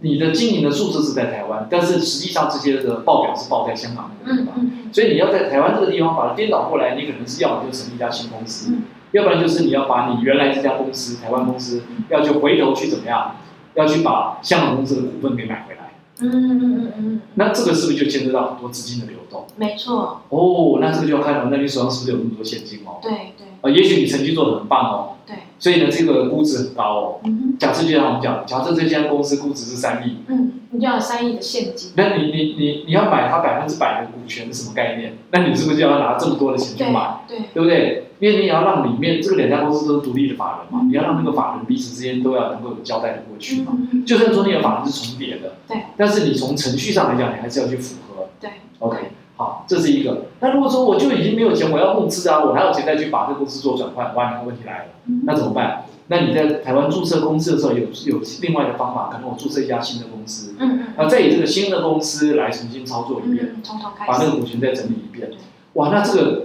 [SPEAKER 1] 你的经营的数字是在台湾，但是实际上这些的报表是报在香港那个地
[SPEAKER 3] 嗯
[SPEAKER 1] 方。
[SPEAKER 3] 嗯
[SPEAKER 1] 所以你要在台湾这个地方把它颠倒过来，你可能是要么就成立一家新公司，
[SPEAKER 3] 嗯
[SPEAKER 1] 要不然就是你要把你原来这家公司台湾公司，要去回头去怎么样，要去把香港公司的股份给买回来。
[SPEAKER 3] 嗯嗯嗯嗯嗯，
[SPEAKER 1] 那这个是不是就牵涉到很多资金的流动？
[SPEAKER 3] 没错，
[SPEAKER 1] 哦，那这个就要看了，那你手上是不是有那么多现金哦？
[SPEAKER 3] 对对
[SPEAKER 1] 呃，也许你成绩做得很棒哦，
[SPEAKER 3] 对，
[SPEAKER 1] 所以呢，这个估值很高哦。
[SPEAKER 3] 嗯
[SPEAKER 1] 假设就像我们讲，假设这家公司估值是三亿，
[SPEAKER 3] 嗯，你就要有三亿的现金，
[SPEAKER 1] 那你你你你要买它百分之百的股权是什么概念？那你是不是就要拿这么多的钱去
[SPEAKER 3] 对
[SPEAKER 1] 买？
[SPEAKER 3] 对，
[SPEAKER 1] 对不对？因为你也要让里面这个两家公司都是独立的法人嘛，你要让那个法人彼此之间都要能够有交代的过去嘛。
[SPEAKER 3] 嗯
[SPEAKER 1] 就算说你的法人是重叠的，
[SPEAKER 3] 对，
[SPEAKER 1] 但是你从程序上来讲，你还是要去符合。
[SPEAKER 3] 对
[SPEAKER 1] OK，好，这是一个。那如果说我就已经没有钱，我要募资啊，我哪有钱再去把这个公司做转换？哇，那个问题来了，
[SPEAKER 3] 嗯
[SPEAKER 1] 那怎么办？那你在台湾注册公司的时候，有有另外的方法，可能我注册一家新的公司，
[SPEAKER 3] 嗯嗯
[SPEAKER 1] 那再以这个新的公司来重新操作一遍。
[SPEAKER 3] 嗯，从头开
[SPEAKER 1] 把那
[SPEAKER 3] 始，
[SPEAKER 1] 个股权再整理一遍。哇，那这个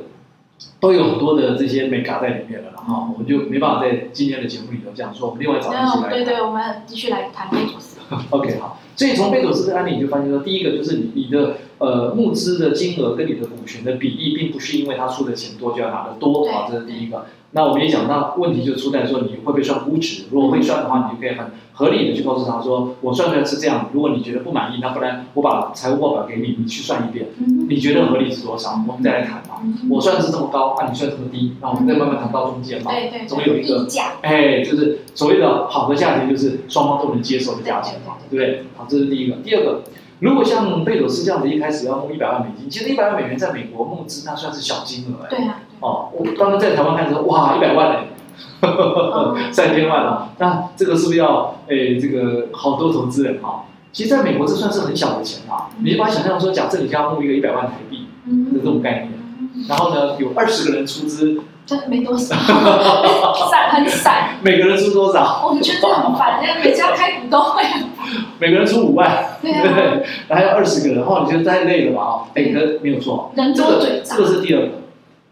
[SPEAKER 1] 都有很多的这些美嘎在里面了啦，然后我们就没办法在今天的节目里头这样说，我们另外找一
[SPEAKER 3] 那
[SPEAKER 1] 起
[SPEAKER 3] 我
[SPEAKER 1] 来
[SPEAKER 3] 们对对，我们继续来谈贝佐斯，
[SPEAKER 1] OK，好。所以从贝佐斯的案例，你就发现说，第一个就是你你的呃募资的金额跟你的股权的比例，并不是因为他出的钱多就要拿得多啊，这
[SPEAKER 3] 对
[SPEAKER 1] 是第一个。那我们也讲到问题就出在说你会不会算估值，如果会算的话，你就可以很合理的去告诉他说，我算出来是这样，如果你觉得不满意，那不然我把财务报表给你，你去算一遍，
[SPEAKER 3] 嗯
[SPEAKER 1] 你觉得合理是多少，我们再来谈嘛。
[SPEAKER 3] 嗯，
[SPEAKER 1] 我算是这么高，啊那、你算这么低，那我们再慢慢谈到中间嘛。
[SPEAKER 3] 对对，
[SPEAKER 1] 总有一个
[SPEAKER 3] 溢价，
[SPEAKER 1] 哎，就是所谓的好的价钱，就是双方都能接受的价钱嘛，对不对？好，这是第一个。第二个，如果像贝佐斯这样子，一开始要募一百万美金，其实一百万美元在美国募资那算是小金额哎。
[SPEAKER 3] 对啊，
[SPEAKER 1] 哦，我当时在台湾看的时候，哇，一百万哎，
[SPEAKER 3] 哦
[SPEAKER 1] 三千万啊，那这个是不是要哎这个好多投资人啊？其实，在美国这算是很小的钱啊。你把它想象说，假设你家募一个一百万台币的
[SPEAKER 3] 嗯
[SPEAKER 1] 这种概念，
[SPEAKER 3] 嗯，
[SPEAKER 1] 然后呢，有二十个人出资，
[SPEAKER 3] 这没多少， 散很散，
[SPEAKER 1] 每个人出多少？
[SPEAKER 3] 我们觉得很烦，人家每家开股东会，
[SPEAKER 1] 每个人出五万，
[SPEAKER 3] 对
[SPEAKER 1] 对不
[SPEAKER 3] 啊，
[SPEAKER 1] 对？然后 还有二十个人，哇，你觉得太累了吧？哦，哎，可没有错，
[SPEAKER 3] 人
[SPEAKER 1] 这
[SPEAKER 3] 多
[SPEAKER 1] 个
[SPEAKER 3] 嘴
[SPEAKER 1] 这
[SPEAKER 3] 杂
[SPEAKER 1] 个，是第二个。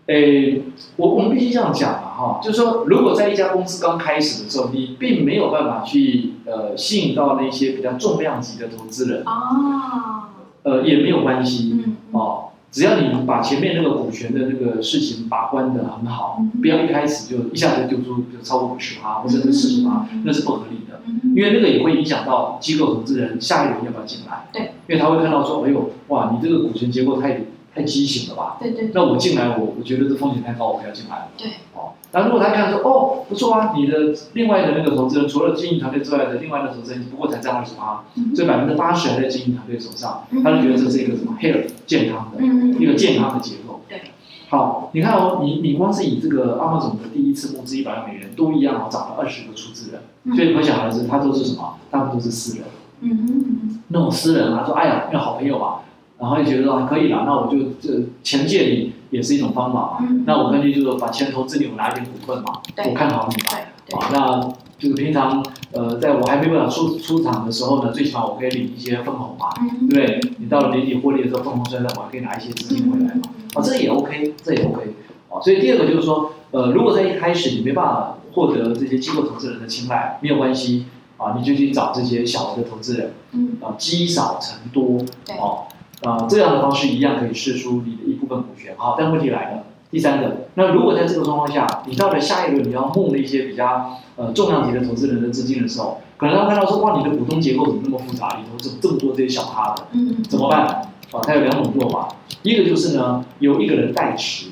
[SPEAKER 1] 哎，我我们必须这样讲啊，哈，就是说，如果在一家公司刚开始的时候，你并没有办法去呃吸引到那些比较重量级的投资人，
[SPEAKER 3] 哦，
[SPEAKER 1] 呃，也没有关系
[SPEAKER 3] 嗯
[SPEAKER 1] 哦，只要你把前面那个股权的那个事情把关的很好，
[SPEAKER 3] 嗯
[SPEAKER 1] 不要一开始就一下子就丢出就超过五十趴或者是四十趴
[SPEAKER 3] 嗯，
[SPEAKER 1] 那是不合理的。
[SPEAKER 3] 嗯，
[SPEAKER 1] 因为那个也会影响到机构投资人下一轮要不要进来。
[SPEAKER 3] 对，
[SPEAKER 1] 因为他会看到说，哎呦，哇，你这个股权结构太太畸形了吧？
[SPEAKER 3] 对对对
[SPEAKER 1] 那我进来，我我觉得这风险太高，我不要进来了。
[SPEAKER 3] 对，
[SPEAKER 1] 哦，那如果他看说，哦，不错啊，你的另外的那个投资人，除了经营团队之外的另外的投资人，不过才占二十八，
[SPEAKER 3] 嗯
[SPEAKER 1] 所以百分之八十还在经营团队手上
[SPEAKER 3] 嗯，
[SPEAKER 1] 他就觉得这是一个什么 health 健康的
[SPEAKER 3] 嗯
[SPEAKER 1] 一
[SPEAKER 3] 嗯
[SPEAKER 1] 个健康的结构。
[SPEAKER 3] 对。
[SPEAKER 1] 好，你看哦，你你光是以这个阿茂总的第一次募资一百万美元，都一样哦，找了二十个出资人。
[SPEAKER 3] 嗯，
[SPEAKER 1] 所以我小孩子他都是什么？大部分都是私人，
[SPEAKER 3] 嗯嗯
[SPEAKER 1] 那种私人啊，说哎呀，那好朋友嘛，然后就觉得说啊可以了，那我就这钱借你也是一种方法嘛。
[SPEAKER 3] 嗯，
[SPEAKER 1] 那我干脆就是把钱投资你，我拿一点股份嘛，
[SPEAKER 3] 对
[SPEAKER 1] 我看好你嘛。
[SPEAKER 3] 对对
[SPEAKER 1] 啊，那就是平常呃，在我还没办法出出场的时候呢，最起码我可以领一些分红嘛，对
[SPEAKER 3] 嗯
[SPEAKER 1] 不对？你到了年底获利的时候，分红虽然我还可以拿一些资金回
[SPEAKER 3] 嗯
[SPEAKER 1] 来嘛。啊，这也 OK，这也 OK 啊。所以第二个就是说，呃，如果在一开始你没办法获得这些机构投资人的青睐，没有关系啊，你就去找这些小额的投资人
[SPEAKER 3] 嗯
[SPEAKER 1] 啊，积少成多
[SPEAKER 3] 对
[SPEAKER 1] 哦。啊、这样的方式一样可以试出你的一部分股权。好，但问题来了，第三个，那如果在这个状况下，你到了下一轮你要募了一些比较呃重量级的投资人的资金的时候，可能他看到说哇，你的股东结构怎么那么复杂，里头这这么多这些小咖的，
[SPEAKER 3] 嗯
[SPEAKER 1] 怎么办？啊，它有两种做法，一个就是呢，由一个人代持，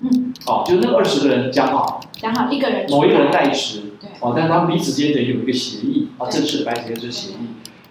[SPEAKER 3] 嗯，
[SPEAKER 1] 哦，就那二十个人讲好，
[SPEAKER 3] 讲好一个人出
[SPEAKER 1] 某一个人
[SPEAKER 3] 来
[SPEAKER 1] 代持
[SPEAKER 3] 对，
[SPEAKER 1] 哦，但他们彼此间得有一个协议啊，
[SPEAKER 3] 对
[SPEAKER 1] 正式的白纸间就是协议，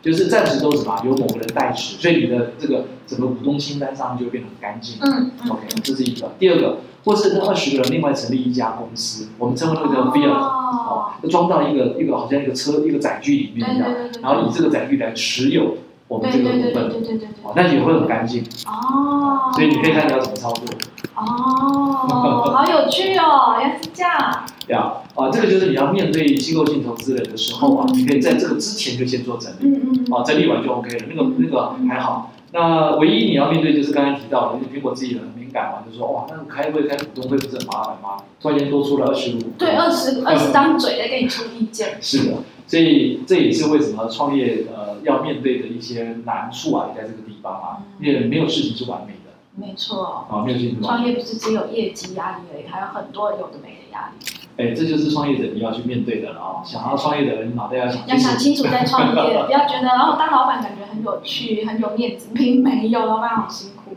[SPEAKER 1] 就是暂时都是什么由某个人代持，所以你的这个整个股东清单上就会变得很干净。
[SPEAKER 3] 嗯嗯
[SPEAKER 1] OK，这是一个。第二个，或是那二十个人另外成立一家公司，我们称为那个叫 vehicle，哦
[SPEAKER 3] 哦，，
[SPEAKER 1] 就装到一个一个好像一个车一个载具里
[SPEAKER 3] 对
[SPEAKER 1] 面
[SPEAKER 3] 对
[SPEAKER 1] 一样，
[SPEAKER 3] 对对，
[SPEAKER 1] 然后以这个载具来持有我们这
[SPEAKER 3] 对
[SPEAKER 1] 个
[SPEAKER 3] 对
[SPEAKER 1] 股
[SPEAKER 3] 对对
[SPEAKER 1] 份，
[SPEAKER 3] 对对对
[SPEAKER 1] 哦
[SPEAKER 3] 对，，
[SPEAKER 1] 但也会很干净，
[SPEAKER 3] 哦，
[SPEAKER 1] 所以你可以看你要怎么操作。
[SPEAKER 3] 哦，好有趣哦，原来是这样，
[SPEAKER 1] 对啊，啊，这个就是你要面对机构性投资人的时候啊，
[SPEAKER 3] 嗯
[SPEAKER 1] 你可以在这个之前就先做整理，
[SPEAKER 3] 嗯嗯嗯，
[SPEAKER 1] 啊，整理完就 OK 了，那个那个还好。那唯一你要面对就是刚才提到的，因为苹果自己很敏感嘛，就说哇，那个开会开股东会不是很麻烦吗？突然间多出了二十五，
[SPEAKER 3] 对，二十二十张嘴在给你出意见，
[SPEAKER 1] 是的，所以这也是为什么创业呃要面对的一些难处啊，也在这个地方啊，因为没有事情是完美的
[SPEAKER 3] 没错，
[SPEAKER 1] 啊，没有事情是完美的。
[SPEAKER 3] 嗯创业不是只有业绩压力而已，还有很多有的没的压力，
[SPEAKER 1] 哎，这就是创业者你要去面对的了啊！想要创业的人，脑袋要想
[SPEAKER 3] 要
[SPEAKER 1] 清楚
[SPEAKER 3] 想清楚再 创业，不要觉得哦当老板感觉很有趣，很有面子，并没有，老板好辛苦。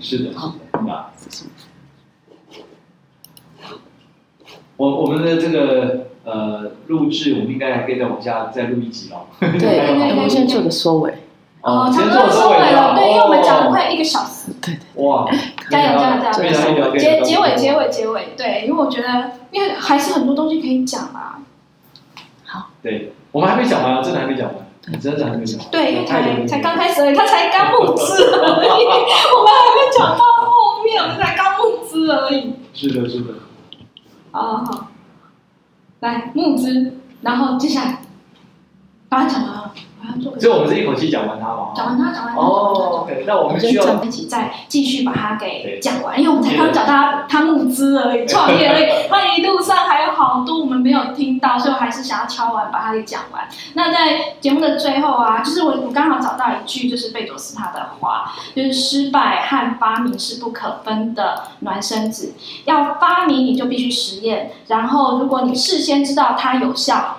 [SPEAKER 1] 是的，啊，我我们的这个呃录制，我们应该还可以再往下再录一集哦。
[SPEAKER 4] 对，
[SPEAKER 1] 还有
[SPEAKER 3] 对
[SPEAKER 4] 对
[SPEAKER 3] 对
[SPEAKER 4] 我们先做个收尾。
[SPEAKER 3] 哦，差
[SPEAKER 1] 先
[SPEAKER 3] 不
[SPEAKER 1] 做
[SPEAKER 3] 多收尾了，对，因为我们讲了
[SPEAKER 1] 快
[SPEAKER 3] 快一个小时。
[SPEAKER 1] 哦哇，
[SPEAKER 3] 加油加油加油
[SPEAKER 1] 非常了解
[SPEAKER 3] 结结
[SPEAKER 1] 啊
[SPEAKER 3] 尾结尾结尾，对，因为我觉得，因为还是很多东西可以讲啊。
[SPEAKER 1] 对，我们还没讲完，啊真的还没讲完，真的还没讲完。
[SPEAKER 3] 对，因为
[SPEAKER 1] 太多东
[SPEAKER 3] 才
[SPEAKER 1] 西
[SPEAKER 3] 才刚开始而已，他才刚募资而已， 我们还没讲到后面，我们才刚募资而已。
[SPEAKER 1] 是的，是的，
[SPEAKER 3] 啊，好，来募资，然后接下来把它讲完了，把它做个
[SPEAKER 1] 所以我们是一口气讲完它嘛。
[SPEAKER 3] 讲完它，讲完它，
[SPEAKER 1] 哦，OK，那我们需
[SPEAKER 3] 讲
[SPEAKER 1] 要
[SPEAKER 3] 完它一起再继续把它给
[SPEAKER 1] 对
[SPEAKER 3] 讲完，因为我们才刚讲他他募资而已，创 业而已，他一路上还有好多我们没有听到，所以我还是想要敲完把它给讲完。那在节目的最后啊，就是我我刚好找到一句就是贝佐斯他的话，就是失败和发明是不可分的孪生子，要发明你就必须实验，然后如果你事先知道它有效，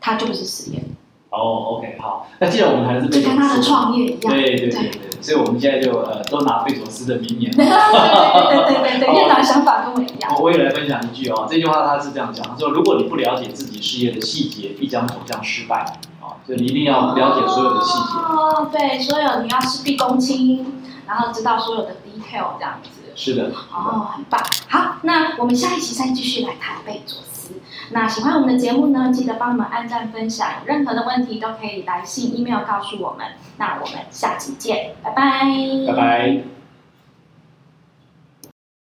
[SPEAKER 3] 它就不是实验，
[SPEAKER 1] 哦，OK，好，那既然我们还是
[SPEAKER 3] 就跟他的创业一样。
[SPEAKER 1] 对对对对，所以我们现在就呃都拿贝索斯的名言
[SPEAKER 3] 对对对。对对对，院长想法跟我一样。
[SPEAKER 1] 我我也来分享一句哦，这句话他是这样讲，他说如果你不了解自己事业的细节，必将走向失败啊，所以你一定要了解所有的细节。
[SPEAKER 3] 哦，对，所有你要事必躬亲，然后知道所有的 detail 这样子。
[SPEAKER 1] 是的，
[SPEAKER 3] 哦，很棒。好，那我们下一期再继续来谈贝佐斯。那喜欢我们的节目呢，记得帮我们按赞、分享，有任何的问题都可以来信、email 告诉我们。那我们下期见，拜拜，
[SPEAKER 1] 拜拜。